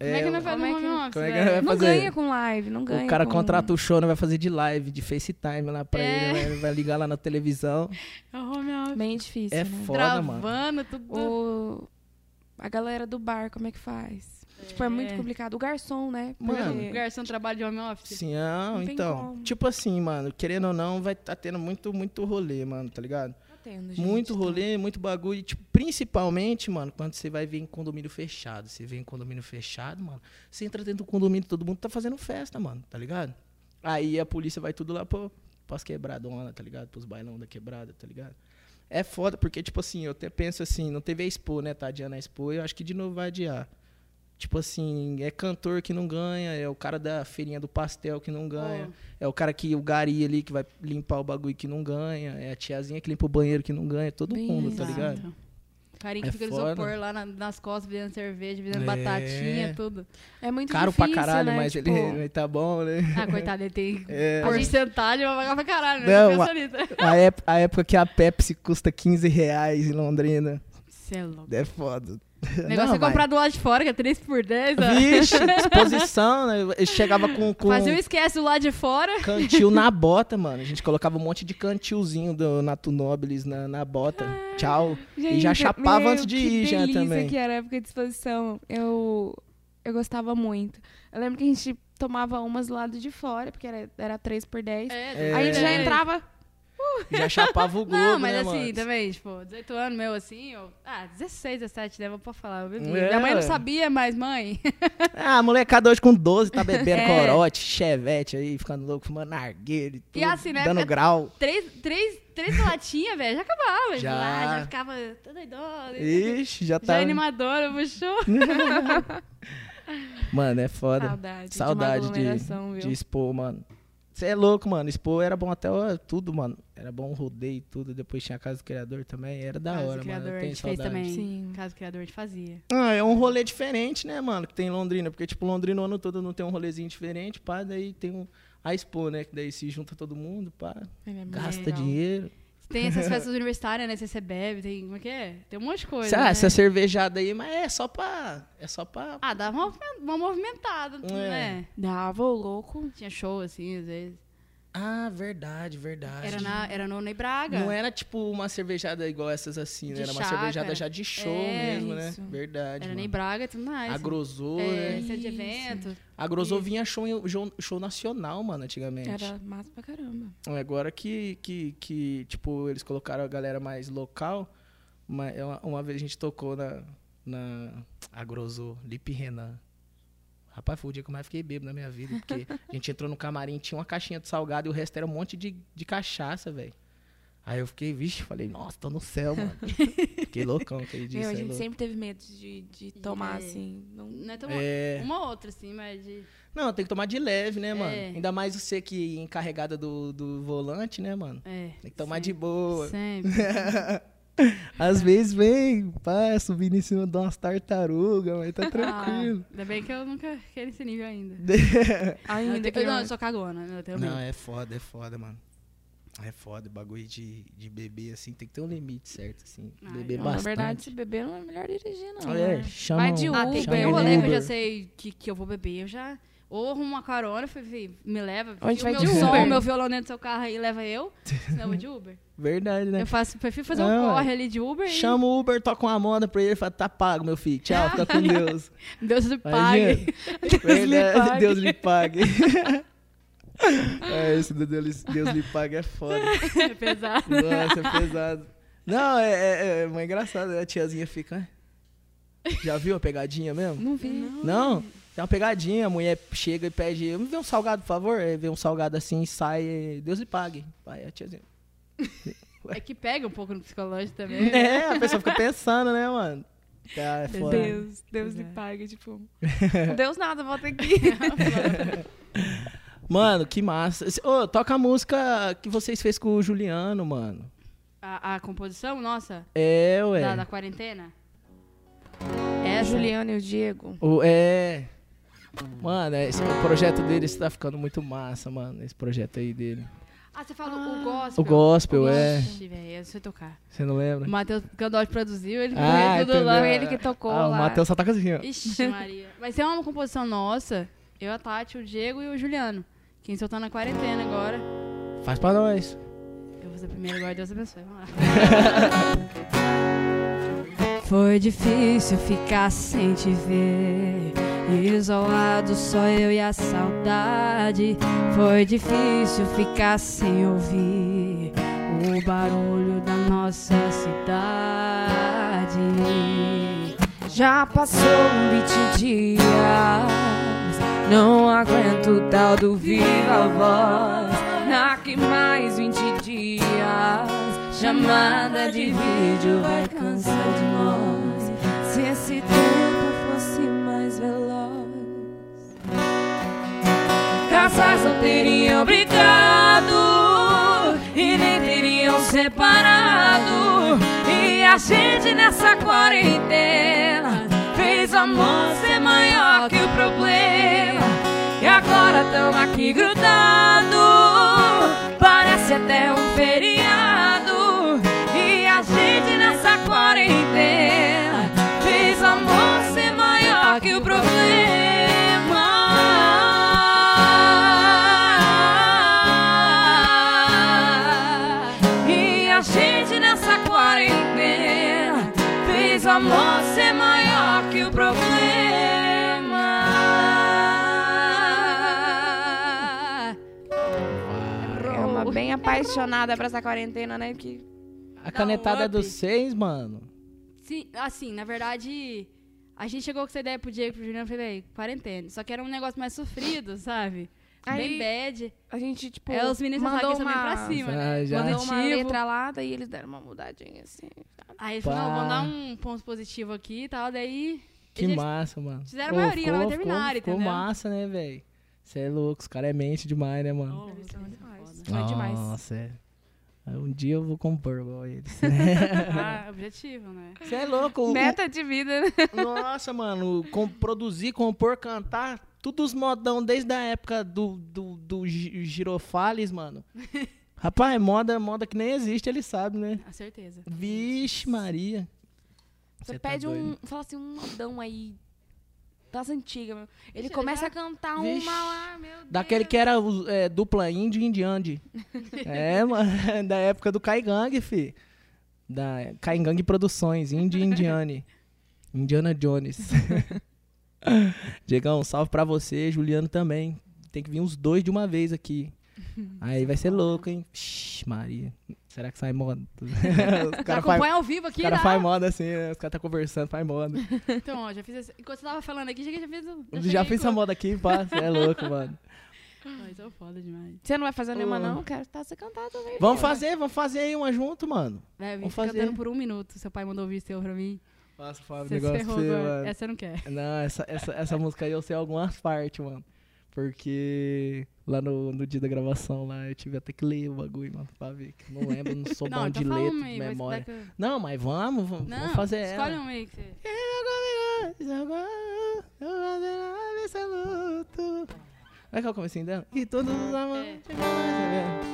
Como é que não faz no Como é que- home office? como é que velho? vai não fazer? ganha com live, não ganha. O cara com... contrata o show, não vai fazer de live, de FaceTime lá pra É. ele, né? Ele vai ligar lá na televisão. É o home office. Bem difícil, É né? foda, mano. Travando tudo. O... A galera do bar, como é que faz? Tipo, é muito É. complicado. O garçom, né? Mano. Porque- O garçom trabalha de home office. Sim, não, Não tem então. como. Tipo assim, mano, querendo ou não, vai tá tendo muito, muito rolê, mano, tá ligado? Tá tendo, gente, muito tá. rolê, muito bagulho. E, tipo, principalmente, mano, quando você vai ver em condomínio fechado. Você vê em condomínio fechado, mano. Você entra dentro do condomínio, todo mundo tá fazendo festa, mano, tá ligado? Aí a polícia vai tudo lá pro, pras quebradonas, tá ligado? Pros bailão da quebrada, tá ligado? É foda, porque, tipo assim, eu até penso assim, não teve a Expo, né? Tá adiando a Expo, eu acho que de novo vai adiar. Tipo assim, é cantor que não ganha, é o cara da feirinha do pastel que não ganha, é o cara que, o gari ali que vai limpar o bagulho que não ganha, é a tiazinha que limpa o banheiro que não ganha, todo Bem mundo, tá exato. ligado? O carinha que É fica no foda. isopor lá na- nas costas, vendendo cerveja, vendendo É. batatinha, tudo. É muito Caro difícil, pra caralho, né? mas tipo, ele, ele [laughs] tá bom, né? Ah, coitado, ele tem [laughs] É. porcentagem, vai pagar pra caralho, né? Não, Não, a- A, ép- a época que a Pepsi custa 15 reais em Londrina, Você é louco. é foda. O negócio é Não, mas- comprar do lado de fora, que é 3 por 10, ó. [laughs] Vixe, exposição, né? Eu chegava com, com Fazia um esquece do lado de fora. cantil na bota, mano. A gente colocava um monte de cantilzinho do Nato Nobilis na, na bota. Tchau. e já Gente, chapava meu, antes de ir já Que delícia também. é. que era a época de exposição. Eu, eu gostava muito. Eu lembro que a gente tomava umas do lado de fora, porque era, era 3 por 10. É. Aí a gente já entrava... Já chapava o Globo, Não, mas né, assim, mano? também, tipo, 18 anos, meu, assim, eu... Ah, 16, 17, né? Vou pra falar, eu bebi. É, Minha mãe ué. não sabia, mas mãe... [laughs] Ah, a molecada hoje com 12 tá bebendo É. corote, chevette aí, ficando louco, fumando narguilha E assim, né, dando é- grau. Três, três, três latinhas, velho, já acabava. Já. Lá, já ficava toda idosa. Ixi, já Já é tá... animadora, puxou. Mano, é foda. Saudade. Saudade de, de- uma aglomeração, viu? de expor, mano. Você é louco, mano. Expor era bom até ó, tudo, mano. Era bom rodeio e tudo. Depois tinha a Casa do Criador também. Era da Casa do hora, mano. Criador, Eu a tenho gente fez saudade. também. Sim. Caso criador te fazia. Ah, é um rolê diferente, né, mano, que tem em Londrina. Porque, tipo, Londrina o ano todo não tem um rolezinho diferente, pá, daí tem um, a Expo, né? Que daí se junta todo mundo, pá, Ele é muito gasta legal. dinheiro. Tem essas festas universitárias, né? Você bebe, tem. Como é que é? Tem um monte de coisa. Sei lá, ah, né? essa cervejada aí, mas é só pra. É só pra. Ah, dava uma, movimen- uma movimentada, É. né? Dava o louco. Tinha show, assim, às vezes. Ah, verdade, verdade. Era, na, era no Ney Braga. Não era tipo uma cervejada igual essas assim, né? De Era uma chácara. cervejada já de show É, mesmo, isso. né? Verdade. mano. Era Ney Braga e tudo mais. né? A Grosô, é, né? centro de evento. A Grosô vinha show, em- show, show nacional, mano, antigamente. Era massa pra caramba. É, Agora que, que, que, tipo, eles colocaram a galera mais local, mas uma, uma vez a gente tocou na, na a Grosô, Lipe Renan. Rapaz, foi o dia que eu mais fiquei bêbado na minha vida, [laughs] porque a gente entrou no camarim, tinha uma caixinha de salgado e o resto era um monte de, de cachaça, velho. Aí eu fiquei, vixe, falei, nossa, tô no céu, [laughs] mano. fiquei loucão aquele dia. Meu, cê a é gente louco. sempre teve medo de, de tomar, É. assim. Não... Não é tão um- É. Uma outra, assim, mas de. Não, tem que tomar de leve, né, mano? É. Ainda mais você que é encarregada do, do volante, né, mano? É. Tem que tomar sempre, de boa. Sempre. [laughs] Às vezes vem, pá, subindo em cima de umas tartarugas, mas tá tranquilo. Ah, ainda bem que eu nunca fiquei nesse nível ainda. Não, Ainda eu, que tenho- não, eu sou cagona. né, Eu tenho medo. Não, é foda, é foda, mano. É foda, o bagulho de, de beber, assim, tem que ter um limite certo, assim. Ah, beber então, Na bastante. verdade, se beber não é melhor dirigir, não. é, né? chama Vai de um- Ah, tem, chama Uber, tem um um rolê que eu Uber. já sei que, que eu vou beber, eu já. Ou arrumo uma carona, falei, "Vem, me leva. Ou a gente o vai meu de som, Uber. meu violão dentro do seu carro aí [laughs] leva eu. Senão eu vou de Uber. Verdade, né? Eu faço, prefiro fazer um Não, é. corre ali de Uber Chama o Uber, toca uma moda pra ele e fala, tá pago, meu filho. Tchau, [laughs] fica com Deus. e Deus lhe Vai, pague. gente. Deus lhe Verdade, pague. Deus lhe [laughs] pague. [laughs] é, esse do Deus, Deus lhe pague é foda. [laughs] É pesado. Nossa, é pesado. Não, é, é, é uma engraçada. né? A tiazinha fica. "Ah, Já viu a pegadinha mesmo? Não vi. Não? Tem uma pegadinha, a mulher chega e pede, me vê um salgado, por favor. Aí vê um salgado assim, sai, Deus lhe pague. Aí a tiazinha. É que pega um pouco no psicológico também. né? É, a pessoa fica pensando, né, mano? Cara, é foda. Deus, Pois Deus lhe é. [laughs] pague, tipo. Deus nada, volta [laughs] aqui. Mano, que massa. Esse- Ô, toca a música que vocês fez com o Juliano, mano. A, a composição, nossa, É, ué. da, da quarentena. É, Essa. Juliana e o Diego. O, é. Mano, é, esse, o projeto dele está ficando muito massa, mano. Esse projeto aí dele. Ah, você fala o gospel. O gospel, é. Ixi, velho, eu sei tocar. Você não lembra? O Matheus Gandolfi produziu, ele Ah, foi tudo lá. entendeu. Foi ele que tocou ah, lá. o Matheus só toca assim, ó. Ixi, Maria. Mas tem uma composição nossa, eu, a Tati, o Diego e o Juliano. Quem só tá na quarentena agora. Faz pra nós. Eu vou ser primeiro agora, Deus abençoe. Vamos lá. Foi difícil ficar sem te ver. Isolado, só eu e a saudade. Foi difícil ficar sem ouvir o barulho da nossa cidade. Já passou 20 dias, não aguento o tal do viva voz. Daqui mais 20 dias, chamada de vídeo vai cansar de nós. Se esse tempo fosse mais veloz. Casais não teriam brigado e nem teriam separado. E a gente nessa quarentena fez o amor ser maior que o problema. E agora tamo aqui grudado, parece até um feriado. E a gente nessa quarentena fez o amor ser maior que o problema. E a gente nessa quarentena fez o amor ser maior que o problema. É uma bem apaixonada pra essa quarentena, né? Que A canetada um up. é dos seis, mano. Sim, assim, na verdade, a gente chegou com essa ideia pro Diego e pro Juliano, eu falei, "Véi, quarentena. Só que era um negócio mais sofrido, sabe? Bem Aí- bad. a gente, tipo. é, os meninos mandou aqui só vem uma- pra cima, Ah, né? já. Mandou uma Positivo. letra lá, daí eles deram uma mudadinha assim. Aí eles falaram, não, Pá. vamos dar um ponto positivo aqui e tal, [laughs] daí... Que eles- massa, mano. fizeram a maioria, ela vai terminar, ficou, entendeu? massa, né, velho? Você é louco, os caras é mente demais, né, mano? Oh, Eles são demais. foda. Foi demais. Nossa, é. Aí Um dia eu vou compor igual eles. Ah, objetivo, né? Você é louco. o- Meta de vida. né? Nossa, mano, com- produzir, compor, cantar, tudo os modão desde a época do, do, do gi- girofales, [laughs] mano. Rapaz, moda, moda que nem existe, ele sabe, né? A certeza. Vixe, Maria. Você Cê tá pede um. doido. Fala assim, um modão aí. Das antigas, meu. Ele tá- Vixe, começa a cantar uma Vixe. lá, Ah, meu Deus. Daquele que era os- é, dupla índio e [laughs] indiande. é, mano, [laughs] da época do Kaigang, fi. Da Kaigang Produções, Indie Indiane. Indiana [laughs] Jones. Diegão, um salve pra você, Juliano também. Tem que vir uns dois de uma vez aqui. Aí vai ser louco, hein? Shhh, Maria. Será que sai moda? [laughs] Os Já caras faz, acompanha ao vivo aqui, cara tá? faz moda assim, né? Os caras tá conversando, faz [laughs] moda. Então, ó, já fiz essa... Enquanto você tava falando aqui, já, já fiz... o- Já cheguei fiz essa com- moda aqui, pá. Cê é louco, mano. Ah, isso é foda demais. Você não vai fazer nenhuma, Ô. não? Quero estar você cantar também. Vamos filha. fazer, vamos fazer aí uma junto, mano. Véi, eu vim Vou fazer. cantando por um minuto. Seu pai mandou ouvir seu pra mim. Nossa, Fábio, Você se negócio ferrou seu, agora. mano. Essa eu não quero. Não, essa, essa, essa música aí eu sei algumas partes, mano. Porque lá no, no dia da gravação lá eu tive até que ler o bagulho, mano, pra ver. Que eu não lembro, não sou bom então de letra, de memória. Não, mas vamos, vamos, Não, vamos fazer escolhe ela. um aí que você... Como é que é o comecinho dela? E todos os amantes.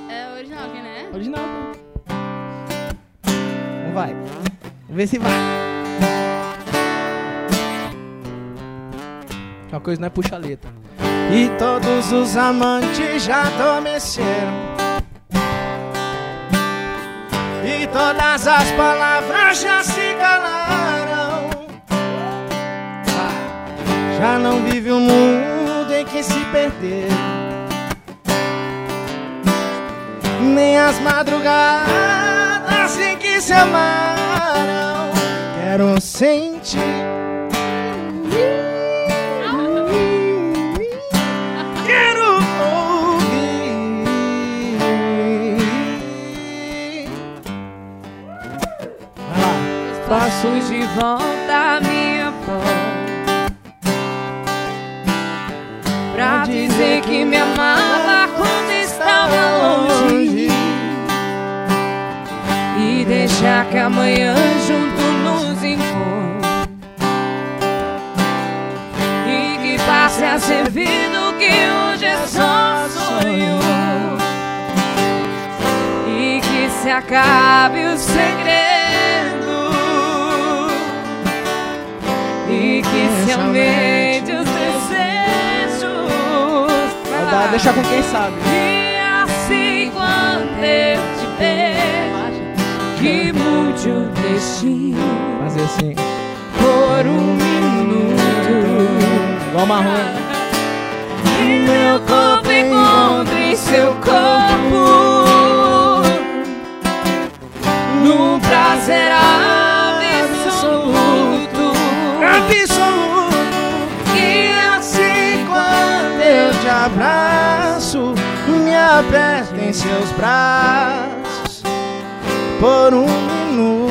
É original aqui, né? Original. pô. Não vai. Vamos ver se vai. Uma coisa não é puxa a letra. E todos os amantes já adormeceram. E todas as palavras já se calaram. Já não vive o mundo em que se perderam. Nem as madrugadas em que se amaram Quero sentir Quero ouvir volta minha pó Pra dizer que me amava quando estava longe E deixar que amanhã junto nos encontre E que passe a ser vida o que hoje é só sonho e que se acabe o segredo e que se aumente os desejos Vai deixar com quem sabe. e assim quando eu te ver que mude o destino Fazer assim. por um minuto Igual marrom. E meu corpo encontre seu corpo Num prazer absoluto Absoluto. E assim Quando eu te abraço, me aperta em seus braços por um minuto.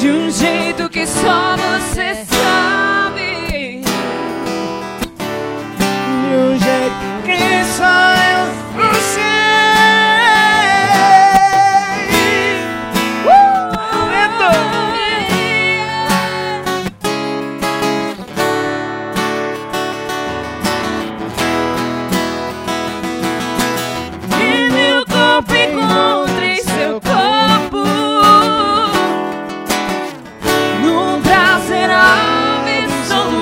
De um jeito que só você sabe De um jeito que só eu sei. é. E meu corpo encontre seu corpo Num prazer absoluto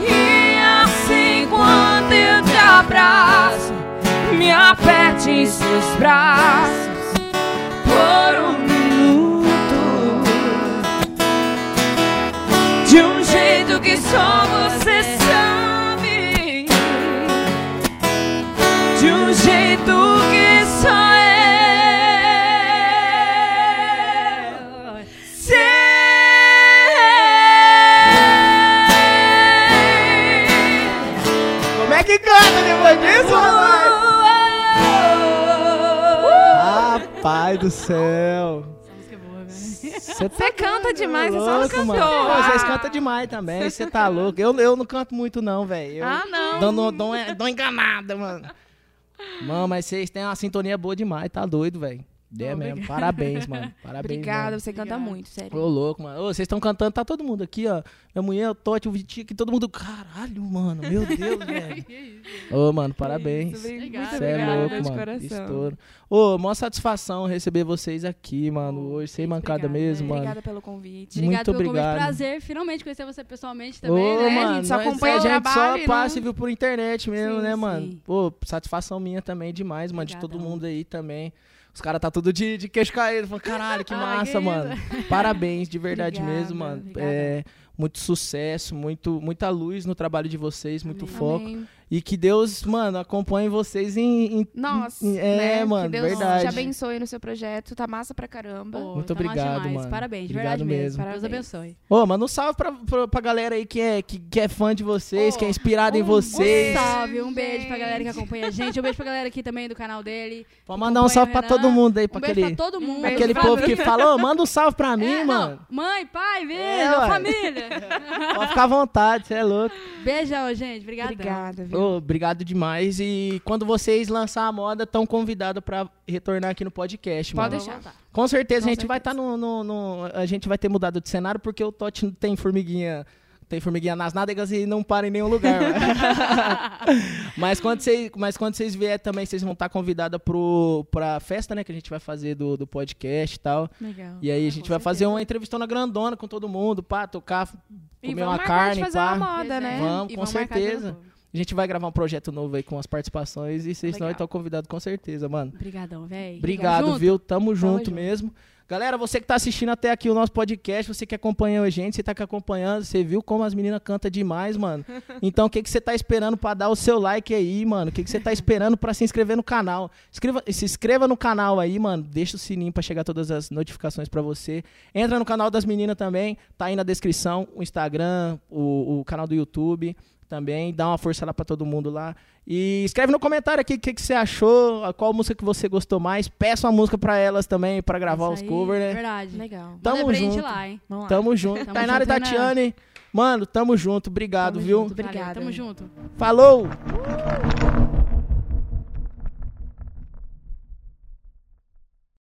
E assim quando eu te abraço Me aperte em seus braços Por um minuto de um jeito que só você sabe. De um jeito que só eu sei. Como é que canta depois disso, rapaz? Uh! Rapaz do céu. Essa música é boa, velho. Você tá Você canta demais, você só não Louco, cantou. mano. Pô, Vocês Ah. cantam demais também, você tá louco. Eu, eu não canto muito, não, velho. Eu Ah, não. Dou, dou, dou, dou enganada, mano. Mano, mas vocês têm uma sintonia boa demais, tá doido, velho. É mesmo. Parabéns, [laughs] mano. Parabéns. Obrigada, mano. você é canta muito, sério. Ô, louco, mano. Ô, vocês estão cantando, tá todo mundo aqui, ó. Minha mulher, o Totti, o Vitinho aqui, todo mundo. Caralho, mano. Meu Deus, [laughs] velho. Que isso. Ô, mano, parabéns. [laughs] Muito Obrigada. muito Você é obrigada louco, de mano. coração. Estouro. Ô, maior satisfação receber vocês aqui, mano. Hoje, sem mancada Obrigada, mesmo, né? mano. Obrigada pelo convite. Muito Obrigado pelo obrigado. convite. Prazer finalmente conhecer você pessoalmente Ô, também, né? mano? só nós- é, acompanha a o gente trabalho e só não- passa e viu por internet mesmo, Sim, né, mano? sim. Pô, satisfação minha também demais, mano, de todo Obrigadão. mundo aí também. Os caras tá tudo de, de queixo caído. Falando, caralho, [laughs] que Ah, massa, que mano. Parabéns, de verdade Obrigada, mesmo, mano. obrigada. É, muito sucesso, muito, muita luz no trabalho de vocês, muito foco. Hum, Amém. E que Deus, mano, acompanhe vocês em. em- Nós, em- é, né? mano, que Deus verdade. te abençoe no seu projeto, tá massa pra caramba. Pô, Muito tá massa obrigado, demais. mano. Parabéns, de Obrigado verdade mesmo. mesmo. Deus Parabéns. abençoe. Ô, mano, um salve pra, pra, pra galera aí que é, que, que é fã de vocês, Ô, que é inspirada em um vocês. Um salve, um beijo pra gente. galera que acompanha a gente. Um beijo pra galera aqui também do canal dele. Vamos mandar um salve pra Acompanha o todo Renan. mundo aí, pra Um aquele. beijo pra todo mundo. beijo Aquele pra povo mim. que fala, "Ô, manda um salve pra mim, É, não, mano. Mãe, pai, veja, É, ué. [laughs] família. Pode ficar à vontade, você é louco. Beijão, gente. Obrigada. Obrigada, viu? Ô, obrigado demais. E quando vocês lançar a moda, estão convidados pra retornar aqui no podcast, Pode mano. deixar. Com certeza Com a gente vai estar no, no- no- A gente vai ter mudado de cenário porque o Totti tem formiguinha. Tem formiguinha nas nádegas e não para em nenhum lugar. né? mas, quando vocês, mas quando vocês vier também, vocês vão estar convidados pra festa, né? Que a gente vai fazer do, do podcast e tal. Legal. E aí É, a gente vai fazer uma entrevistona grandona com todo mundo, pá, tocar, f- E comer vamos uma marcar de carne, fazer pá. uma moda, né? Vamos, E com marcar certeza. pelo povo. A gente vai gravar um projeto novo aí com as participações e vocês Legal. estão convidados com certeza, mano. Obrigadão, velho. Obrigado, Junto. viu? Tamo junto junto. mesmo. Galera, você que tá assistindo até aqui o nosso podcast, você que acompanhou a gente, você tá aqui acompanhando, você viu como as meninas cantam demais, mano. Então, o que que você tá esperando pra dar o seu like aí, mano? O que que você tá esperando pra se inscrever no canal? Escreva- se inscreva no canal aí, mano. Deixa o sininho pra chegar todas as notificações pra você. Entra no canal das meninas também, tá aí na descrição, o Instagram, o, o canal do YouTube. também. Dá uma força lá pra todo mundo lá. E escreve no comentário aqui o que, que você achou, a qual música que você gostou mais. Peça uma música pra elas também, pra gravar os Isso aí, covers, né? Verdade. Legal. Tamo Manda pra gente junto. lá, hein? Vamos lá. Tamo junto. Tamo Tainara e junto, Tainara. Tatiane, mano, tamo junto. Obrigado, Tamo viu? junto. Obrigada. Valeu, tamo junto. Falou!